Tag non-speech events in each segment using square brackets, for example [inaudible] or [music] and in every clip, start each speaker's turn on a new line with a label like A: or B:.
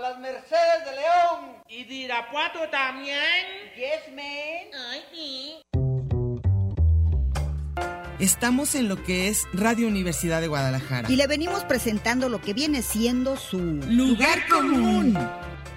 A: las Mercedes de León.
B: ¿Y de Irapuato también?
A: Yes, man.
B: Ay, sí.
C: Estamos en lo que es Radio Universidad de Guadalajara.
D: Y le venimos presentando lo que viene siendo su
C: Lugar común.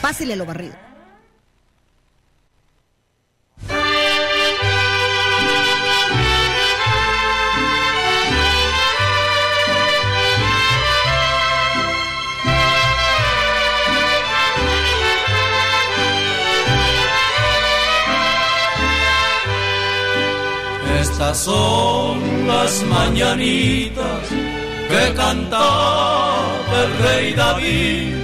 D: Pásele lo barrido.
E: Estas son las mañanitas que cantaba el rey David.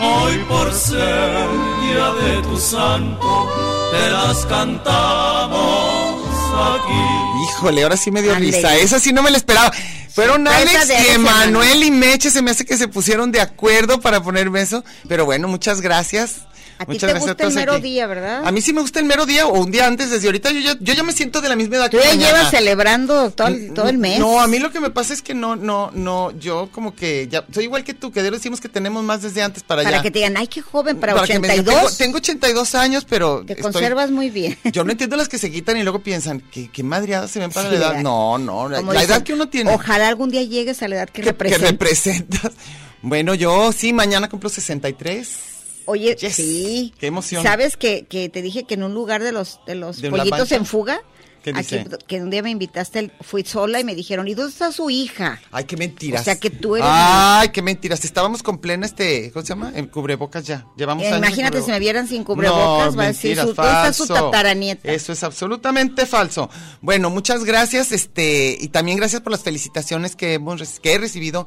E: Hoy por ser día de tu santo, te las cantamos aquí.
F: Híjole, ahora sí me dio
D: Ándele.
F: risa. Esa sí no me la esperaba. Fueron
D: Sorpresa
F: Alex
D: de
F: y
D: Alex
F: Emanuel y Meche. Se me hace que se pusieron de acuerdo para poner beso. Pero bueno, muchas gracias.
D: A ti
F: Muchas
D: te
F: gracias
D: gusta el
F: todos
D: mero
F: aquí.
D: día, ¿verdad?
F: A mí sí me gusta el mero día o un día antes. Desde ahorita yo ya, yo ya me siento de la misma edad
D: Tú
F: que
D: ya
F: mañana. Mm,
D: llevas celebrando todo, el- todo el mes.
F: No, a mí lo que me pasa es que no, no, no. Yo como que ya soy igual que tú, que de decimos que tenemos más desde antes para,
D: Para
F: allá.
D: que te digan, ay, qué joven, para,
F: Para que me digan,
D: 82.
F: tengo, tengo 82 años, pero.
D: te
F: estoy-
D: conservas muy bien.
F: Yo no entiendo las que se quitan y luego piensan, ¿qué, qué madreadas se ven para
D: Sí,
F: la edad?
D: ¿verdad?
F: No, no,
D: [laughs]
F: la,
D: Como
F: la edad
D: dicen,
F: que uno tiene.
D: Ojalá algún día llegues a la edad que,
F: que, que
D: representa.
F: representas. [laughs] Bueno, yo sí, mañana cumplo 63.
D: Oye,
F: Yes.
D: sí.
F: Qué emoción.
D: ¿Sabes que, que te dije que en un lugar de los, de los
F: ¿De la
D: pollitos
F: pancha?
D: en fuga?
F: ¿Qué
D: aquí,
F: dice?
D: que un día me invitaste, al- fui sola y me dijeron, ¿y dónde está su hija?
F: Ay, qué mentiras.
D: O sea, que tú eres-
F: Ay, qué mentiras. Estábamos con plena este, ¿cómo se llama? En cubrebocas ya. Llevamos
D: Eh,
F: años en
D: imagínate si me vieran sin cubrebocas,
F: No,
D: va a decir,
F: mentiras,
D: su- ¿dónde está su
F: falso.
D: tataranieta?
F: Eso es absolutamente falso. Bueno, muchas gracias, este, y también gracias por las felicitaciones que hemos reci- que he recibido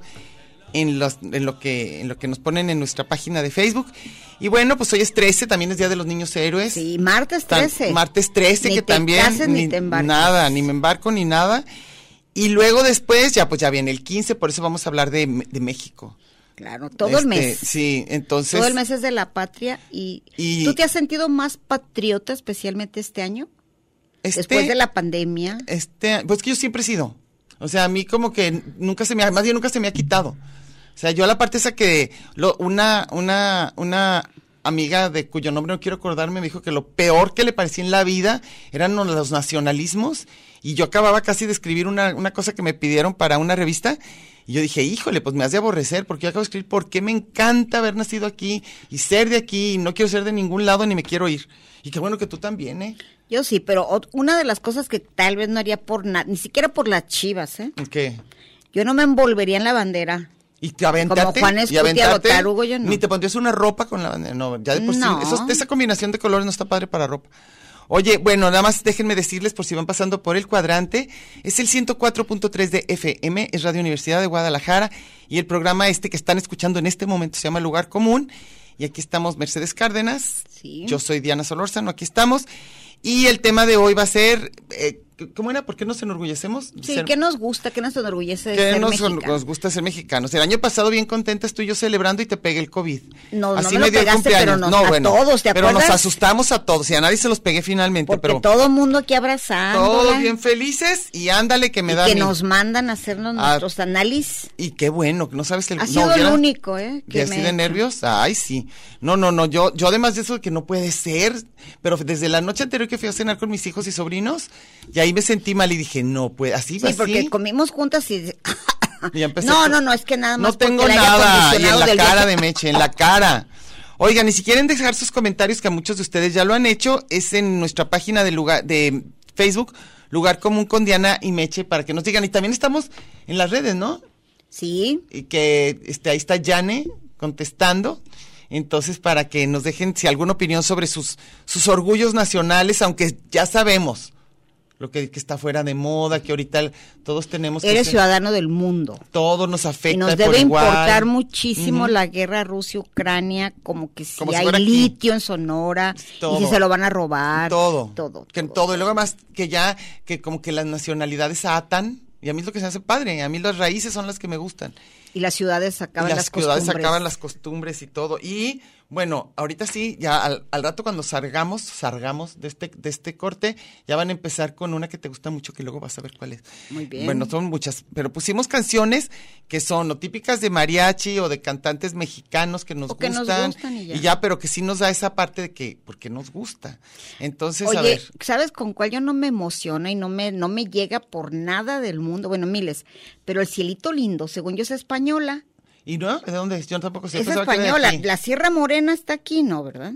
F: en los, en lo que, en lo que nos ponen en nuestra página de Facebook. Y bueno, pues hoy es 13, también es Día de los Niños Héroes.
D: Sí, martes
F: Tan-
D: 13.
F: Martes 13,
D: Ni
F: que
D: te
F: también.
D: cases ni te embarques.
F: Nada, ni me embarco ni nada. Y luego después, ya pues ya viene el 15, por eso vamos a hablar de, de México.
D: Claro, todo el
F: Este,
D: mes.
F: Sí, entonces.
D: todo el mes es de la patria y,
F: Y-
D: ¿Tú te has sentido más patriota especialmente este año?
F: este-
D: Después de la pandemia.
F: Este, pues que yo siempre he sido. O sea, a mí como que nunca se me ha, más bien nunca se me ha quitado. O sea, yo la parte esa que lo- una, una, una amiga de cuyo nombre no quiero acordarme me dijo que lo peor que le parecía en la vida eran los- los nacionalismos y yo acababa casi de escribir una, una cosa que me pidieron para una revista y yo dije, híjole, pues me has de aborrecer porque yo acabo de escribir por qué me encanta haber nacido aquí y ser de aquí y no quiero ser de ningún lado ni me quiero ir. Y qué bueno que tú también, ¿eh?
D: Yo sí, pero ot- una de las cosas que tal vez no haría por nada, ni siquiera por las chivas, ¿eh?
F: ¿Qué?
D: Yo no me envolvería en la bandera.
F: Y te aventaste.
D: Como Juan
F: y
D: Escutia,
F: aventarte,
D: Botarugo, yo no.
F: Ni te pondrías una ropa con la bandera. No, ya de por sí,
D: No.
F: eso- esa combinación de colores no está padre para ropa. Oye, bueno, nada más déjenme decirles por si van pasando por el cuadrante, es el 104.3 de FM, es Radio Universidad de Guadalajara y el programa este que están escuchando en este momento se llama Lugar Común y aquí estamos Mercedes Cárdenas,
D: Sí.
F: yo soy Diana Solórzano, aquí estamos y el tema de hoy va a ser, eh, ¿cómo era? ¿Por qué nos enorgullecemos? de
D: Sí,
F: ser-
D: ¿qué nos gusta? ¿Qué nos enorgullece de
F: que
D: ser
F: nos,
D: mexicanos?
F: nos gusta ser mexicanos. El año pasado bien contentas tú y yo celebrando y te pegué el COVID.
D: No, no me lo
F: el
D: pegaste, pero nos- a todos, ¿te
F: Pero nos
D: acuerdas?
F: asustamos a todos y a nadie se los pegué finalmente,
D: Porque
F: pero
D: todo mundo aquí abrazando.
F: todos bien felices y ándale que me da
D: que
F: a mí.
D: nos mandan a hacernos
F: Ah.
D: nuestros análisis.
F: Y qué bueno, que no sabes que
D: Ha sido el
F: hubiera-
D: único, ¿eh?
F: ¿Y así de nervios? Ay, sí. No, no, no, yo, yo además de eso de que no puede ser, pero desde la noche anterior que fui a cenar con mis hijos y sobrinos, y ahí me sentí mal y dije, no, pues así,
D: Sí,
F: así.
D: porque comimos juntas y... [laughs]
F: Y ya empecé
D: no,
F: con-
D: no, no, es que nada más
F: No tengo
D: porque el aire
F: nada. Y en
D: acondicionado
F: la
D: del
F: cara
D: viaje-
F: de Meche, en la cara. Oigan, y si quieren dejar sus comentarios, que a muchos de ustedes ya lo han hecho, es en nuestra página de, lugar, de Facebook, Lugar Común con Diana y Meche, para que nos digan. Y también estamos en las redes, ¿no?
D: Sí,
F: Y que este, ahí está Yane contestando. Entonces, para que nos dejen si alguna opinión sobre sus, sus orgullos nacionales, aunque ya sabemos lo que, que está fuera de moda, que ahorita el- todos tenemos que
D: Eres
F: ser-
D: ciudadano del mundo.
F: todos nos Pues, afecta
D: y nos
F: por
D: debe
F: igual.
D: importar muchísimo
F: Ujú.
D: la guerra Rusia-Ucrania, como que si
F: Como si
D: hay
F: fuera aquí.
D: litio en Sonora, y
F: Todo.
D: si se lo van a robar.
F: todo,
D: Todo.
F: que
D: todo.
F: todo y luego además que ya que como que las nacionalidades atan y a mí es lo que se me hace padre, a mí las raíces son las que me gustan.
D: Y las ciudades acaban
F: Y
D: las,
F: ciudades
D: costumbres.
F: acaban las costumbres y todo. Y bueno, ahorita sí, ya al, al rato cuando salgamos, salgamos de este, de este corte, ya van a empezar con una que te gusta mucho, que luego vas a ver cuál es.
D: Muy bien.
F: Bueno, son muchas, pero pusimos canciones que son o típicas de mariachi o de cantantes mexicanos que nos
D: O que nos
F: gustan.
D: gustan y ya.
F: pero que sí nos da esa parte de que, porque nos gusta. Entonces, a
D: Oye,
F: ver.
D: ¿sabes con cuál yo no me emociona y no me, no me llega por nada del mundo? Bueno, miles. Pero el cielito lindo, según yo, es española.
F: ¿Y no? ¿De dónde es? Yo tampoco sé.
D: es
F: pensaba que era de
D: española.
F: pues, aquí.
D: La Sierra Morena está aquí, ¿no? ¿Verdad?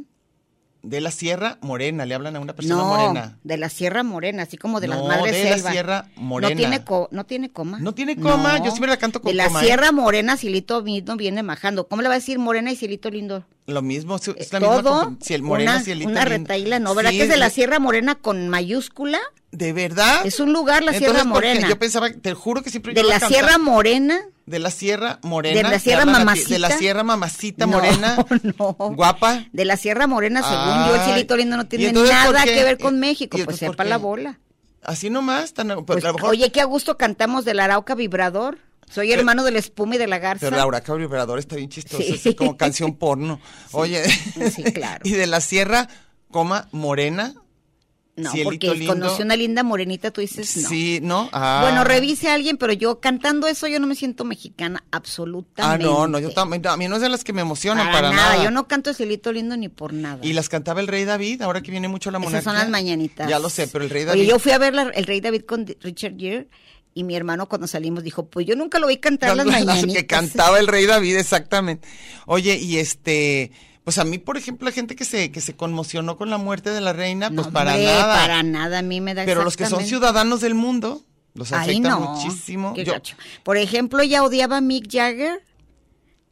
F: De la Sierra Morena, le hablan a una persona
D: no,
F: morena.
D: de la Sierra Morena, así como de las
F: No,
D: Madres
F: de la
D: Selva.
F: Sierra Morena.
D: No tiene, co- no tiene coma.
F: No tiene coma, yo siempre la canto con
D: De la
F: coma, ¿eh?
D: Sierra Morena, Silito Lindo viene majando. ¿Cómo le va a decir Morena y Silito Lindo?
F: Lo mismo, es es
D: Eh,
F: la misma
D: todo,
F: compa- si el moreno,
D: una,
F: si el lito
D: una
F: lindo.
D: retaíla, ¿no? ¿Verdad
F: Sí,
D: que es de la
F: de-
D: Sierra Morena con mayúscula?
F: ¿De verdad?
D: Es un lugar, la Sierra
F: ¿por qué?
D: Morena.
F: Yo pensaba, te juro que siempre
D: De
F: yo
D: la
F: cantaba-
D: Sierra Morena.
F: De la Sierra Morena.
D: De la
F: te
D: Sierra
F: hablan a ti,
D: Mamacita.
F: De la Sierra Mamacita Morena.
D: No, [laughs] no.
F: Guapa.
D: De la Sierra Morena, según yo, el
F: Ay,
D: Silito Lindo no
F: ¿y
D: tiene
F: entonces por
D: nada
F: qué?
D: que ver
F: ¿Y
D: con México. Pues
F: entonces por
D: sepa
F: qué?
D: la bola.
F: Así nomás, tan, pero
D: Pues,
F: a lo mejor-
D: Oye, qué a gusto cantamos del Arauca Vibrador. Soy
F: Pero-
D: hermano del espuma y de la garza.
F: Pero Laura Cabo Vibrador está bien chistoso,
D: Sí.
F: así como canción porno. Oye.
D: [laughs] sí, claro.
F: [laughs] y de la Sierra, coma, Morena.
D: no,
F: Cielito
D: porque
F: lindo.
D: conocí una linda morenita, tú dices Pues, no.
F: Sí, ¿no? Ah.
D: Bueno, revise a alguien, pero yo cantando eso yo no me siento mexicana
F: Ah,
D: absolutamente.
F: no, no, yo también. no, a mí no es de las que me emocionan para,
D: Yo no canto Cielito Lindo ni por nada.
F: Y las cantaba el rey David, ahora que viene mucho la monarquía.
D: Esas son las mañanitas.
F: Ya lo sé, pero el rey
D: Oye,
F: David.
D: yo fui a ver la- el Rey David con D- Richard Gere y mi hermano cuando salimos dijo, pues yo nunca lo vi
F: [laughs]
D: cantar las mañanitas.
F: que cantaba el rey David, exactamente. Oye, y este, pues a mí, por ejemplo, la gente que se, que se conmocionó con la muerte de la reina,
D: No,
F: pues para
D: hombre,
F: nada.
D: Para nada, a mí me da
F: pero los que son
D: exactamente-
F: ciudadanos del mundo, los
D: Ahí
F: afecta
D: no,
F: muchísimo.
D: qué
F: Yo-
D: gacho. Por ejemplo, ella odiaba a Mick Jagger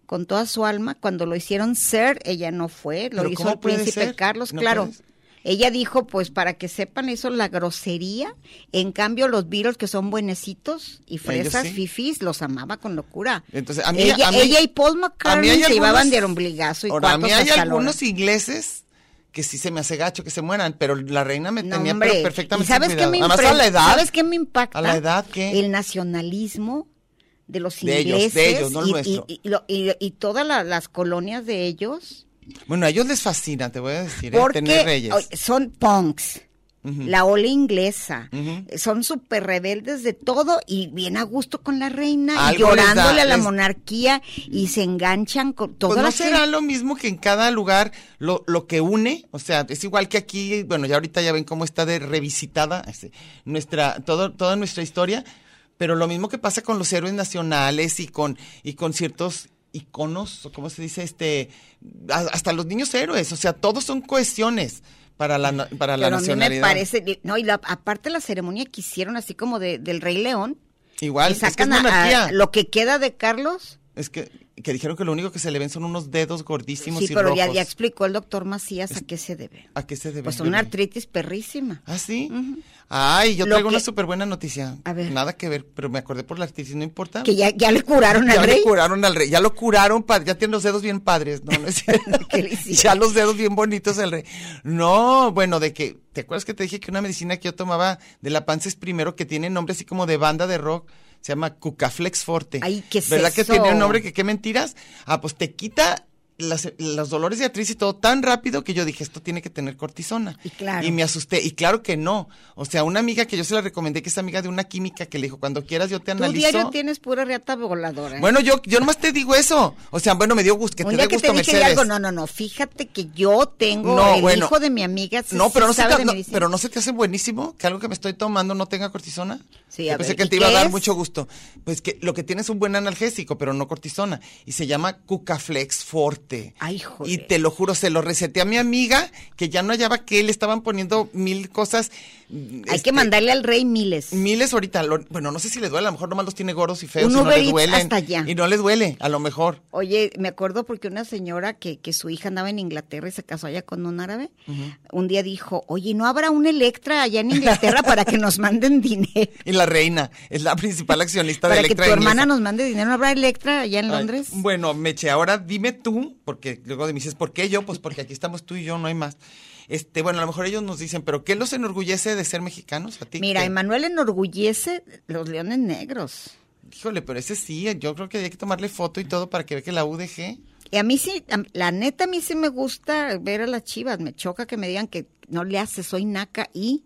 D: con toda su alma. Cuando lo hicieron ser, ella no fue. Lo
F: Pero
D: hizo
F: ¿cómo
D: el
F: puede
D: príncipe
F: ser?
D: Carlos,
F: No
D: claro.
F: puedes.
D: Ella dijo, pues para que sepan, eso la grosería. En cambio, los Beatles, que son buenecitos y fresas,
F: sí.
D: fifis, los amaba con locura.
F: Entonces, a mí-
D: ella,
F: a mí-
D: ella y Paul McCartney
F: a mí
D: se
F: hay
D: llevaban
F: algunos-
D: de ombligazo y
F: Ahora, a mí
D: cuartos
F: hay
D: hasta la hora.
F: algunos ingleses que sí se me hace gacho que se mueran, pero la reina [laughs] me
D: No,
F: tenía
D: hombre.
F: pero perfectamente
D: ¿Y sabes qué
F: cuidado.
D: me
F: Además,
D: impre-
F: a la edad.
D: ¿Sabes qué me impacta?
F: ¿A la edad qué?
D: El nacionalismo de los
F: De ellos, de
D: ingleses
F: ellos, no el
D: y-
F: nuestro.
D: y, y lo- y- y todas la- las colonias de ellos
F: Bueno, a ellos les fascina, te voy a decir, ¿eh?
D: porque
F: tener reyes.
D: oye, son punks. La ola inglesa,
F: Ujú.
D: son súper rebeldes de todo y bien a gusto con la reina, y
F: Algo les da,
D: llorándole a la
F: les-
D: monarquía y se enganchan con todo.
F: Pues no será lo mismo que en cada lugar lo, lo que une, o sea, es igual que aquí, bueno, ya ahorita ya ven cómo está de revisitada este, nuestra, todo, toda nuestra historia, pero lo mismo que pasa con los héroes nacionales y con, y con ciertos iconos, o cómo se dice, este, a- hasta los niños héroes, o sea, todos son cohesiones para la, na- para la
D: Pero a mí
F: nacionalidad.
D: me parece, no, y la- aparte la ceremonia que hicieron así como de, del Rey León,
F: Igual,
D: Y
F: es que es
D: sacan a-
F: monarquía.
D: a- lo que queda de Carlos.
F: Es que, que dijeron que lo único que se le ven son unos dedos gordísimos
D: Sí,
F: y
D: pero
F: rojos.
D: ya, ya explicó el doctor Macías a qué se debe.
F: ¿A qué se debe?
D: Pues una artritis perrísima.
F: ¿Ah, sí?
D: Ujú.
F: Ay, yo
D: Lo
F: traigo
D: que-
F: una súper buena noticia.
D: A ver.
F: Nada que ver, pero me acordé por la artritis, no importa.
D: Que ya, ya le curaron
F: ya
D: al rey.
F: le curaron al rey, ya lo curaron, pa- ya tiene los dedos bien padres,
D: [laughs]
F: ¿no? no es cierto.
D: ¿Qué le hicieron?
F: [laughs] ya los dedos bien bonitos el rey. No, bueno, de que, ¿te acuerdas que te dije que una medicina que yo tomaba de la panza es primero que tiene nombre así como de banda de rock? Se llama Cucaflex Forte.
D: Ay, ¿qué es
F: ¿Verdad que
D: eso?
F: tiene un nombre que qué mentiras? Ah, pues te quita las- los dolores de artritis y todo tan rápido que yo dije, esto tiene que tener cortisona.
D: Y claro.
F: Y me asusté. Y claro que no. O sea, una amiga que yo se la recomendé, que es amiga de una química, que le dijo, cuando quieras yo te
D: Tú
F: analizo.
D: diario tienes pura reata voladora. ¿eh?
F: Bueno, yo, yo nomás te digo eso. O sea, bueno, me dio gusto, que
D: Un
F: te
D: día
F: dé
D: que
F: gusto,
D: te dije ya
F: Mercedes.
D: algo, no, no, no, fíjate que yo tengo
F: No,
D: el
F: bueno.
D: hijo de mi amiga. sí-
F: No, pero
D: sí
F: no, se
D: sabe
F: te,
D: de
F: no,
D: medicina.
F: pero no se te hace buenísimo que algo que me estoy tomando no tenga cortisona.
D: Sí,
F: Yo
D: a
F: pensé
D: ver,
F: que
D: ¿y
F: te iba a
D: qué
F: dar
D: es?
F: mucho gusto. Pues que lo que tiene es un buen analgésico, pero no cortisona. Y se llama Cucaflex Forte.
D: Ay, joder.
F: Y te lo juro, se lo receté a mi amiga, que ya no hallaba que le estaban poniendo mil cosas. este,
D: Hay que mandarle al rey miles.
F: Miles ahorita, lo- bueno, no sé si le duele, a lo mejor nomás los tiene gordos y feos
D: Un
F: y no
D: Uber
F: le
D: Eats
F: duelen.
D: hasta allá.
F: Y no le duele, a lo mejor.
D: Oye, me acuerdo porque una señora que, que su hija andaba en Inglaterra y se casó allá con un árabe, un día dijo, oye, ¿no habrá un Electra allá en Inglaterra para que nos manden dinero?
F: Y la reina es la principal accionista
D: Para
F: de
D: que tu
F: Electra
D: hermana
F: inglesa.
D: nos mande dinero, ¿no habrá Electra allá en
F: Ay,
D: Londres?
F: bueno, Meche, ahora dime tú, porque luego me dices, ¿por qué yo? Pues porque aquí estamos tú y yo, no hay más. Este, bueno, a lo mejor ellos nos dicen, ¿pero qué los enorgullece de ser mexicanos a ti?
D: Mira,
F: ¿Qué?
D: Emanuel enorgullece los leones negros.
F: Híjole, pero ese sí, yo creo que hay que tomarle foto y todo para que vea que la UDG.
D: Y a mí sí, a- la neta, a mí sí me gusta ver a las chivas. Me choca que me digan que no le hace, soy naca y...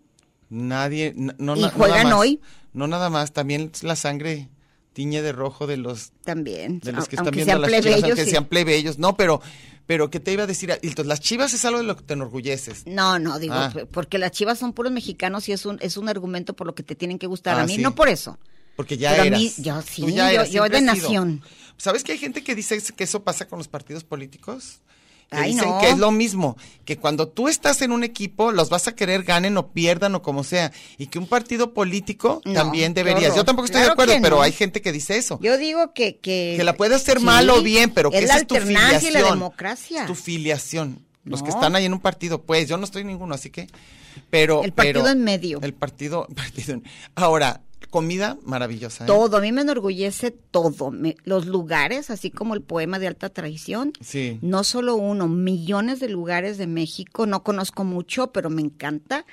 F: Nadie, n- no,
D: ¿Y
F: na- no
D: juegan
F: nada más.
D: hoy?
F: No nada más, también la sangre tiñe de rojo de los
D: También,
F: de los
D: a-
F: que están
D: aunque
F: viendo
D: sean
F: las chivas,
D: plebeyos,
F: aunque
D: sí.
F: sean plebeyos, no, pero, pero ¿qué te iba a decir? Ah, Entonces, las chivas es algo de lo que te enorgulleces.
D: No, no, digo,
F: Ah.
D: p- porque las chivas son puros mexicanos y es un, es un argumento por lo que te tienen que gustar.
F: Ah,
D: a mí
F: sí.
D: no por eso.
F: Porque ya
D: Pero a
F: eras.
D: mí- yo sí,
F: Tú ya
D: yo-
F: eras,
D: yo
F: siempre
D: de
F: has sido.
D: nación.
F: ¿Sabes que hay gente que dice que eso pasa con los partidos políticos? Que
D: Ay,
F: dicen
D: no.
F: que es lo mismo, que cuando tú estás en un equipo, los vas a querer ganen o pierdan o como sea, y que un partido político
D: No,
F: también
D: qué
F: deberías.
D: horror.
F: Yo tampoco estoy de
D: Claro
F: acuerdo,
D: que
F: pero
D: no.
F: hay gente que dice eso.
D: Yo digo que... Que,
F: Que la puede hacer mal o bien, pero que
D: es
F: esa
D: la
F: es tu
D: alternancia
F: filiación.
D: y la democracia.
F: Es tu filiación. Los que
D: No.
F: están ahí en un partido, pues yo no estoy en ninguno, así que. Pero.
D: El partido
F: pero-
D: en medio.
F: El partido. [laughs] partido en- Ahora, comida maravillosa. ¿eh?
D: Todo, a mí me enorgullece todo. Me- los lugares, así como el poema de Alta Traición.
F: Sí.
D: No solo uno, millones de lugares de México. No conozco mucho, pero me encanta.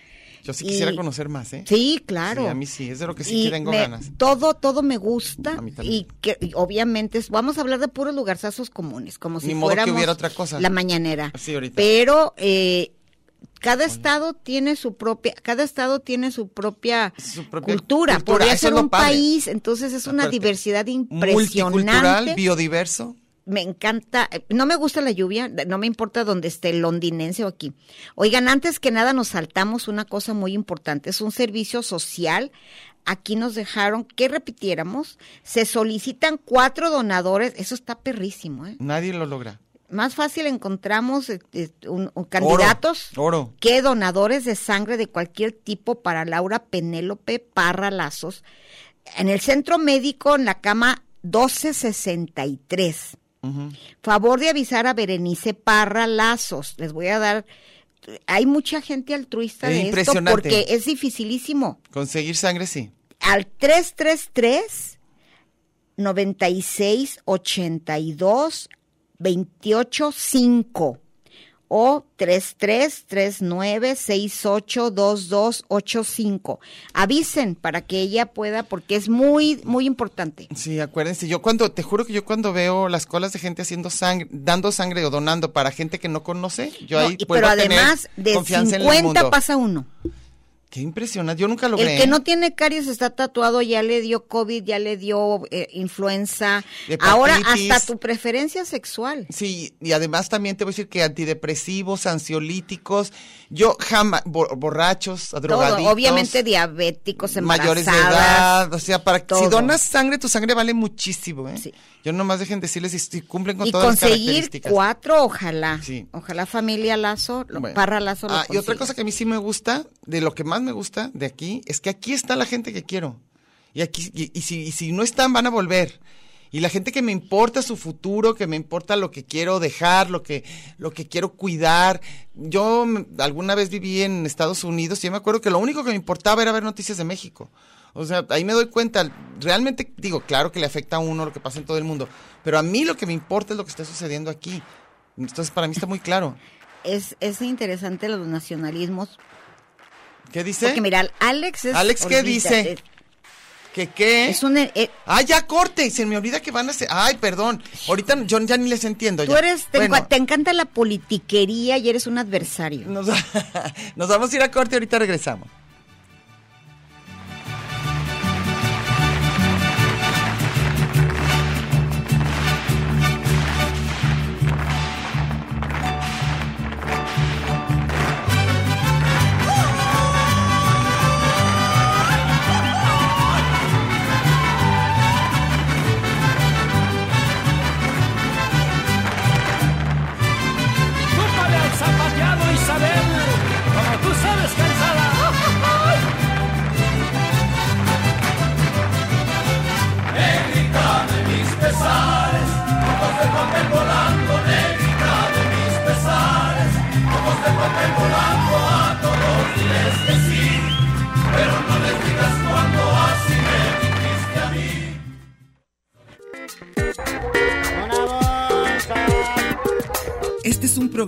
F: Yo sí quisiera
D: Y-
F: conocer más, ¿eh?
D: Sí, claro.
F: Sí, a mí sí, es de lo que sí
D: Y
F: que tengo
D: me-
F: ganas.
D: Todo, todo me gusta.
F: A mí también.
D: Y que y obviamente es- vamos a hablar de puros lugarzazos comunes, como si
F: Ni modo que
D: fuéramos
F: hubiera otra cosa.
D: La mañanera.
F: Sí, ahorita.
D: Pero eh, cada estado tiene su propia, cada estado tiene su propia,
F: Su propia
D: cultura.
F: cultura,
D: Podría
F: eso
D: ser
F: es lo
D: un
F: padre.
D: país, entonces es una
F: Acuérdate,
D: diversidad
F: Multicultural,
D: impresionante.
F: biodiverso.
D: Me encanta, eh, no me gusta la lluvia, no me importa dónde esté, londinense o aquí. Oigan, antes que nada nos saltamos una cosa muy importante, es un servicio social. Aquí nos dejaron que repitiéramos, se solicitan cuatro donadores, eso está perrísimo, ¿eh?
F: Nadie lo logra.
D: Más fácil encontramos eh, eh, un- un- candidatos
F: Oro.
D: que donadores de sangre de cualquier tipo para Laura Penélope Parra Lazos en el centro médico en la cama 1263. Favor de avisar a Berenice Parra Lazos. Les voy a dar. Hay mucha gente altruista
F: Es
D: de esto
F: impresionante.
D: porque es dificilísimo.
F: Conseguir sangre, sí.
D: Al 333 96 82 28 5 o 3339682285. Avisen para que ella pueda porque es muy muy importante.
F: Sí, acuérdense, yo cuando, te juro que yo cuando veo las colas de gente haciendo sangre, dando sangre o donando para gente que no conoce, yo
D: No,
F: ahí
D: y-
F: vuelvo
D: pero
F: a tener
D: además de
F: confianza en el
D: 50
F: mundo.
D: pasa uno.
F: Qué impresionante, yo nunca ¿eh? logré.
D: El que no tiene caries está tatuado, ya le dio COVID, ya le dio eh, influenza,
F: Hepatitis.
D: ahora hasta tu preferencia sexual.
F: Sí, y además también te voy a decir que antidepresivos, ansiolíticos, yo jamás, bo- borrachos,
D: Todo,
F: drogadictos.
D: obviamente diabéticos,
F: mayores
D: embarazadas.
F: de edad, o sea, para si
D: todo.
F: donas sangre, tu sangre vale muchísimo, ¿eh?
D: Sí.
F: Yo nomás dejen decirles si, si cumplen con
D: y
F: todas las
D: conseguir
F: características.
D: cuatro, ojalá.
F: Sí.
D: Ojalá familia Lazo, lo-
F: Bueno.
D: Parra Lazo. lo
F: Ah, y otra
D: consiga.
F: cosa que a mí sí me gusta, de lo que más me gusta de aquí, es que aquí está la gente que quiero. Y aquí, y, y si, y si no están, van a volver. Y la gente que me importa su futuro, que me importa lo que quiero dejar, lo que, lo que quiero cuidar. Yo mm, alguna vez viví en Estados Unidos y yo me acuerdo que lo único que me importaba era ver noticias de México. O sea, ahí me doy cuenta, realmente digo, claro que le afecta a uno lo que pasa en todo el mundo, pero a mí lo que me importa es lo que está sucediendo aquí. Entonces, para mí está muy claro.
D: Es, es interesante los nacionalismos.
F: ¿Qué dice?
D: Porque mira, Alex es.
F: Alex, ¿qué dice? ¿Eh? ¿Qué qué?
D: Es un. eh,
F: Ah, ya corte, se me olvida que van a ser. Ay, perdón. Ahorita yo ya ni les entiendo.
D: tú
F: ya.
D: eres. Te,
F: Bueno,
D: encu- te encanta la politiquería y eres un adversario.
F: nos, [laughs] nos vamos a ir a corte, ahorita regresamos.
E: Chúpale al zapateado, Isabel, como tú sabes cansada.
C: Este es un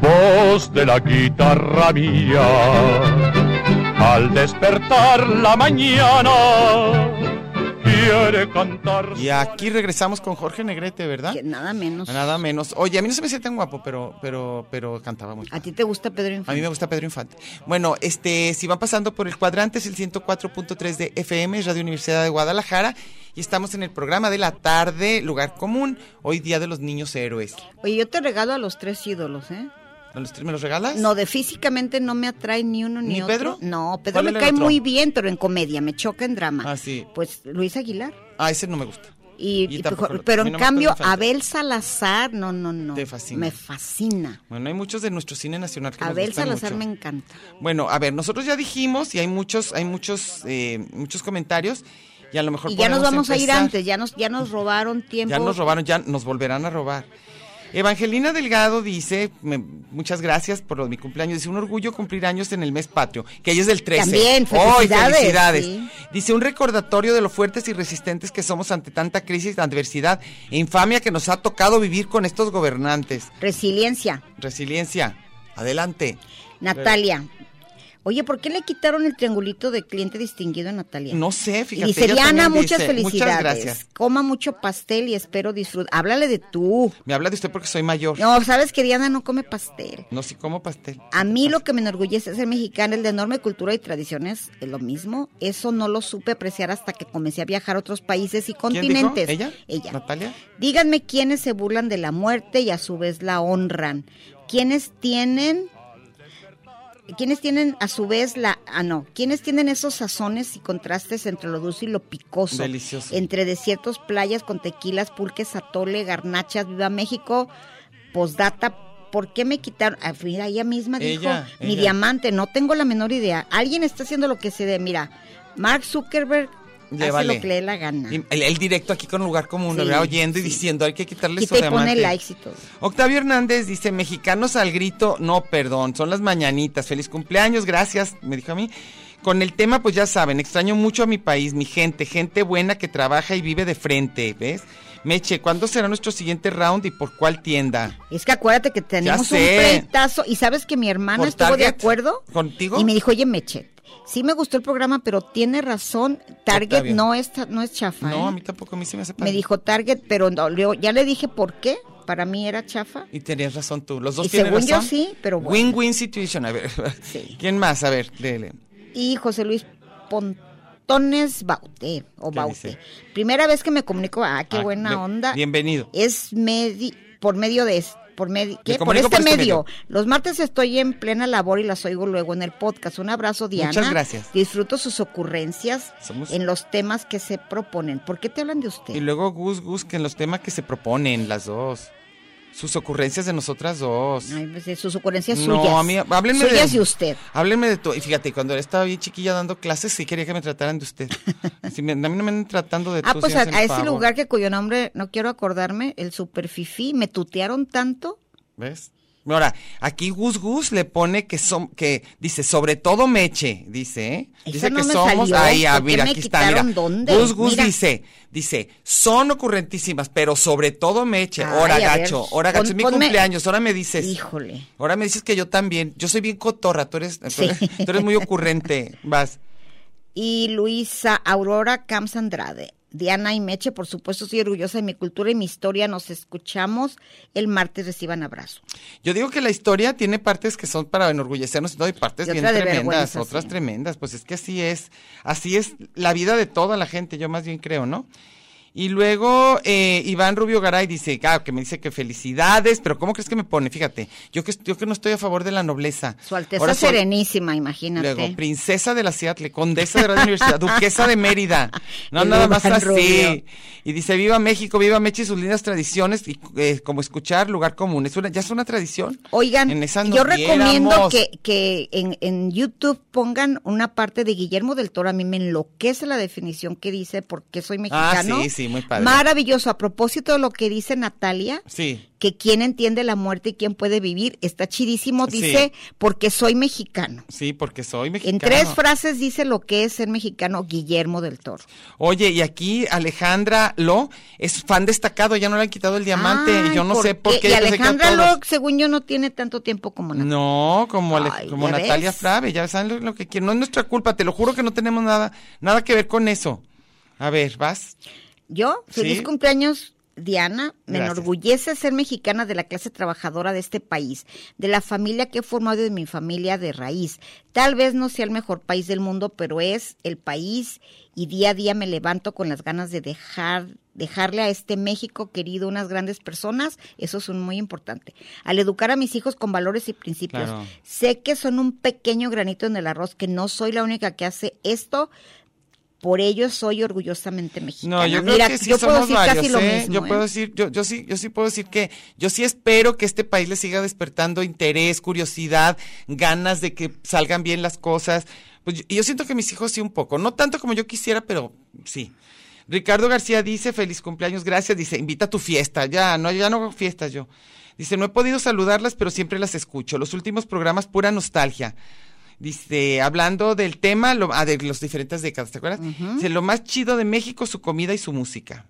G: voz de la guitarra mía. Al despertar la mañana, quiere cantar.
F: Y aquí regresamos con Jorge Negrete, ¿verdad?
D: Que nada menos.
F: Nada menos. Oye, a mí no se me hacía tan guapo, pero, pero, pero cantaba muy
D: ¿A ti te gusta Pedro
F: A
D: Infante?
F: mí me gusta Pedro Infante. Bueno, este, si van pasando por el cuadrante, es el 104.3 de FM, es Radio Universidad de Guadalajara, y estamos en el programa de la tarde, Lugar Común, hoy Día de los Niños Héroes.
D: Oye, yo te regalo a los tres ídolos, ¿eh?
F: ¿Me los, me los regalas?
D: No, de físicamente no me atrae ni uno ni,
F: ¿Ni
D: otro.
F: Pedro?
D: No, Pedro
F: ¿Cuál
D: me
F: era el
D: cae
F: otro?
D: muy bien, pero en comedia, me choca en drama.
F: Ah, sí.
D: Pues Luis Aguilar.
F: Ah, ese no me gusta.
D: Y,
F: Y
D: y-
F: tampoco
D: pero-
F: lo-
D: pero
F: a mí
D: en
F: no me
D: cambio,
F: gusta Infante.
D: Abel Salazar, no, no, no.
F: Te fascina.
D: Me fascina.
F: Bueno, hay muchos de nuestro cine nacional que nos
D: Abel
F: gustan
D: Salazar
F: mucho.
D: me encanta.
F: Bueno, a ver, nosotros ya dijimos y hay muchos, hay muchos, eh, muchos comentarios y a lo mejor
D: Y ya nos
F: podemos
D: vamos a ir
F: empezar.
D: antes, ya nos, ya nos robaron tiempo.
F: Ya nos robaron, ya nos volverán a robar. Evangelina Delgado dice, me- muchas gracias por lo de mi cumpleaños. Dice, un orgullo cumplir años en el mes patrio, que ella es del 13.
D: También,
F: ¡Ay,
D: felicidades!
F: felicidades!
D: Sí.
F: Dice, un recordatorio de lo fuertes y resistentes que somos ante tanta crisis, adversidad e infamia que nos ha tocado vivir con estos gobernantes.
D: Resiliencia,
F: Resiliencia, adelante.
D: Natalia. Oye, ¿por qué le quitaron el triangulito de cliente distinguido a Natalia?
F: No sé, fíjate.
D: y dice
F: ella
D: Diana,
F: también
D: muchas
F: dice,
D: felicidades.
F: Muchas gracias.
D: Coma mucho pastel y espero disfrutar. Háblale de tú.
F: Me habla de usted porque soy mayor. No,
D: No, sabes que Diana no come pastel.
F: sí como pastel.
D: A mí lo que me enorgullece de ser mexicana es la enorme cultura y tradiciones, es lo mismo. Eso no lo supe apreciar hasta que comencé a viajar a otros países y
F: ¿Quién
D: continentes.
F: dijo? ¿Ella?
D: Ella.
F: ¿Natalia?
D: Díganme quiénes se burlan de la muerte y a su vez la honran. ¿Quiénes tienen quiénes tienen a su vez la ah no, quiénes tienen esos sazones y contrastes entre lo dulce y lo picoso?
F: Delicioso.
D: Entre desiertos, playas con tequilas, pulques, atole, garnachas, viva México. Postdata, ¿por qué me quitaron? Ah, mira, ella misma dijo,
F: Ella,
D: mi
F: ella.
D: diamante, no tengo la menor idea. Alguien está haciendo lo que se dé, mira. Mark Zuckerberg
F: Le
D: hace
F: vale.
D: lo que le dé la gana.
F: Y El, el directo aquí con lugar común,
D: Sí,
F: lo vea oyendo y
D: sí.
F: diciendo, hay que quitarle su
D: Quita y pone
F: diamante.
D: likes y todo.
F: Octavio Hernández dice, mexicanos al grito, no, perdón, son las mañanitas, feliz cumpleaños, gracias, me dijo a mí. Con el tema, pues ya saben, extraño mucho a mi país, mi gente, gente buena que trabaja y vive de frente, ¿ves? Meche, ¿cuándo será nuestro siguiente round y por cuál tienda?
D: Es que acuérdate que tenemos un
F: sé.
D: pleitazo y sabes que mi hermana
F: ¿Por
D: estuvo de
F: Target?
D: acuerdo
F: ¿Contigo?
D: y me dijo, oye Mechet, sí me gustó el programa, pero tiene razón, Target
F: Octavio.
D: no es, ta- no es chafa. ¿eh?".
F: No, a mí tampoco, a mí se me hace
D: Me
F: padre.
D: dijo Target, pero no, luego ya le dije por qué, para mí era chafa.
F: Y tenías razón tú, los dos
D: Y
F: tienen
D: según yo
F: razón.
D: sí, pero bueno.
F: Win-win situation, a ver.
D: Sí.
F: ¿Quién más? A ver, léele.
D: Y José Luis Pontones Baute, o
F: ¿Qué
D: Baute.
F: dice?
D: Primera vez que me comunico, ah, qué
F: Ah,
D: buena
F: be-
D: onda.
F: bienvenido.
D: Es medi por medio de es- por medi- ¿qué? por
F: comunico
D: este,
F: por este
D: medio.
F: medio.
D: Los martes estoy en plena labor y las oigo luego en el podcast. Un abrazo, Diana.
F: Muchas gracias.
D: Disfruto sus ocurrencias
F: Somos-
D: en los temas que se proponen. ¿Por qué te hablan de usted?
F: Y luego Gus Gus, que en los temas que se proponen, las dos. Sus ocurrencias de nosotras dos.
D: Ay, pues, de sus ocurrencias
F: No,
D: suyas.
F: a mí- háblenme de-
D: suyas y usted.
F: Háblenme de todo. Y fíjate, cuando estaba bien chiquilla dando clases, sí quería que me trataran de
D: [laughs]
F: usted. Si me- a mí no me andan tratando de
D: Ah,
F: tú,
D: pues
F: si me
D: a,
F: hacen
D: a ese
F: favor.
D: lugar que cuyo nombre no quiero acordarme, el Super Fifi, me tutearon tanto
F: ¿Ves? Ahora, aquí Gus Gus le pone que son, que dice, sobre todo Meche, dice, ¿eh?
D: Esa
F: Dice
D: no
F: que
D: me
F: somos.
D: salió,
F: Ahí, ah,
D: ¿por qué
F: mira,
D: me
F: aquí está, mira.
D: quitaron dónde?
F: Gus Gus
D: Mira.
F: dice, dice, son ocurrentísimas, pero sobre todo Meche.
D: Ay,
F: Ahora
D: a ver,
F: gacho, ahora gacho,
D: pon-
F: es mi
D: ponme-
F: cumpleaños, ahora me dices.
D: Híjole.
F: Ahora me dices que yo también. Yo soy bien cotorra, tú eres, tú
D: Sí.
F: eres- tú eres muy ocurrente. Vas.
D: y Luisa Aurora Camps Andrade. Diana y Meche, por supuesto, soy orgullosa de mi cultura y mi historia. Nos escuchamos el martes. Reciban abrazo.
F: Yo digo que la historia tiene partes que son para enorgullecernos ¿no? y partes
D: Y
F: bien
D: otra de
F: tremendas,
D: vergüenza,
F: otras
D: sí.
F: tremendas. Pues es que así es, así es la vida de toda la gente, yo más bien creo, ¿no? Y luego eh, Iván Rubio Garay dice, ah, que me dice que felicidades, pero ¿cómo crees que me pone? Fíjate, yo que, yo que no estoy a favor de la nobleza.
D: Su Alteza
F: Ahora soy-
D: Serenísima, imagínate.
F: Luego, princesa de la Seattle, condesa de la Universidad, duquesa de Mérida.
D: [laughs]
F: No,
D: El
F: nada más
D: Iván
F: así.
D: Rubio.
F: Y dice, viva México, viva Meche y sus lindas tradiciones, y eh, como escuchar lugar común. Es una, ya es una tradición.
D: Oigan,
F: En esa
D: yo
F: nos
D: recomiendo
F: viéramos.
D: que, que en, en YouTube pongan una parte de Guillermo del Toro. A mí me enloquece la definición que dice porque soy mexicano.
F: Ah, sí, sí, muy padre.
D: Maravilloso. A propósito de lo que dice Natalia,
F: Sí.
D: que quién entiende la muerte y quién puede vivir, está chidísimo.
F: Sí.
D: Dice porque soy mexicano.
F: Sí, porque soy mexicano.
D: En tres frases dice lo que es ser mexicano Guillermo del Toro.
F: Oye, y aquí Alejandra Lo es fan destacado, ya no le han quitado el diamante.
D: Ay,
F: y yo no sé por qué.
D: Y
F: yo pensé que a
D: Alejandra
F: todos.
D: Locke, según yo, no tiene tanto tiempo como Natalia.
F: No, como, Ale-
D: Ay,
F: como
D: ¿ya
F: Natalia
D: ves?
F: Frave, ya saben lo, lo que quieren. No es nuestra culpa, te lo juro que no tenemos nada, nada que ver con eso. A ver, vas.
D: Yo, feliz
F: Sí.
D: cumpleaños, Diana. Me
F: Gracias.
D: enorgullece ser mexicana de la clase trabajadora de este país, de la familia que he formado y de mi familia de raíz. Tal vez no sea el mejor país del mundo, pero es el país y día a día me levanto con las ganas de dejar dejarle a este México querido unas grandes personas, eso es un muy importante. Al educar a mis hijos con valores y principios,
F: Claro.
D: sé que son un pequeño granito en el arroz, que no soy la única que hace esto, por ello soy orgullosamente mexicana.
F: No, yo
D: Mira,
F: creo que sí
D: yo puedo
F: somos
D: decir
F: varios,
D: casi lo
F: ¿eh?
D: mismo.
F: Yo
D: ¿eh?
F: puedo decir, yo, yo sí, yo sí puedo decir que yo sí espero que este país le siga despertando interés, curiosidad, ganas de que salgan bien las cosas. Pues yo, y yo siento que mis hijos sí un poco, no tanto como yo quisiera, pero sí. Ricardo García dice, feliz cumpleaños, gracias, dice, invita a tu fiesta, ya, no, ya no hago fiestas yo. Dice, no he podido saludarlas, pero siempre las escucho. Los últimos programas, pura nostalgia. Dice, hablando del tema, lo, ah, de los diferentes décadas, ¿te acuerdas? Dice, lo más chido de México, su comida y su música.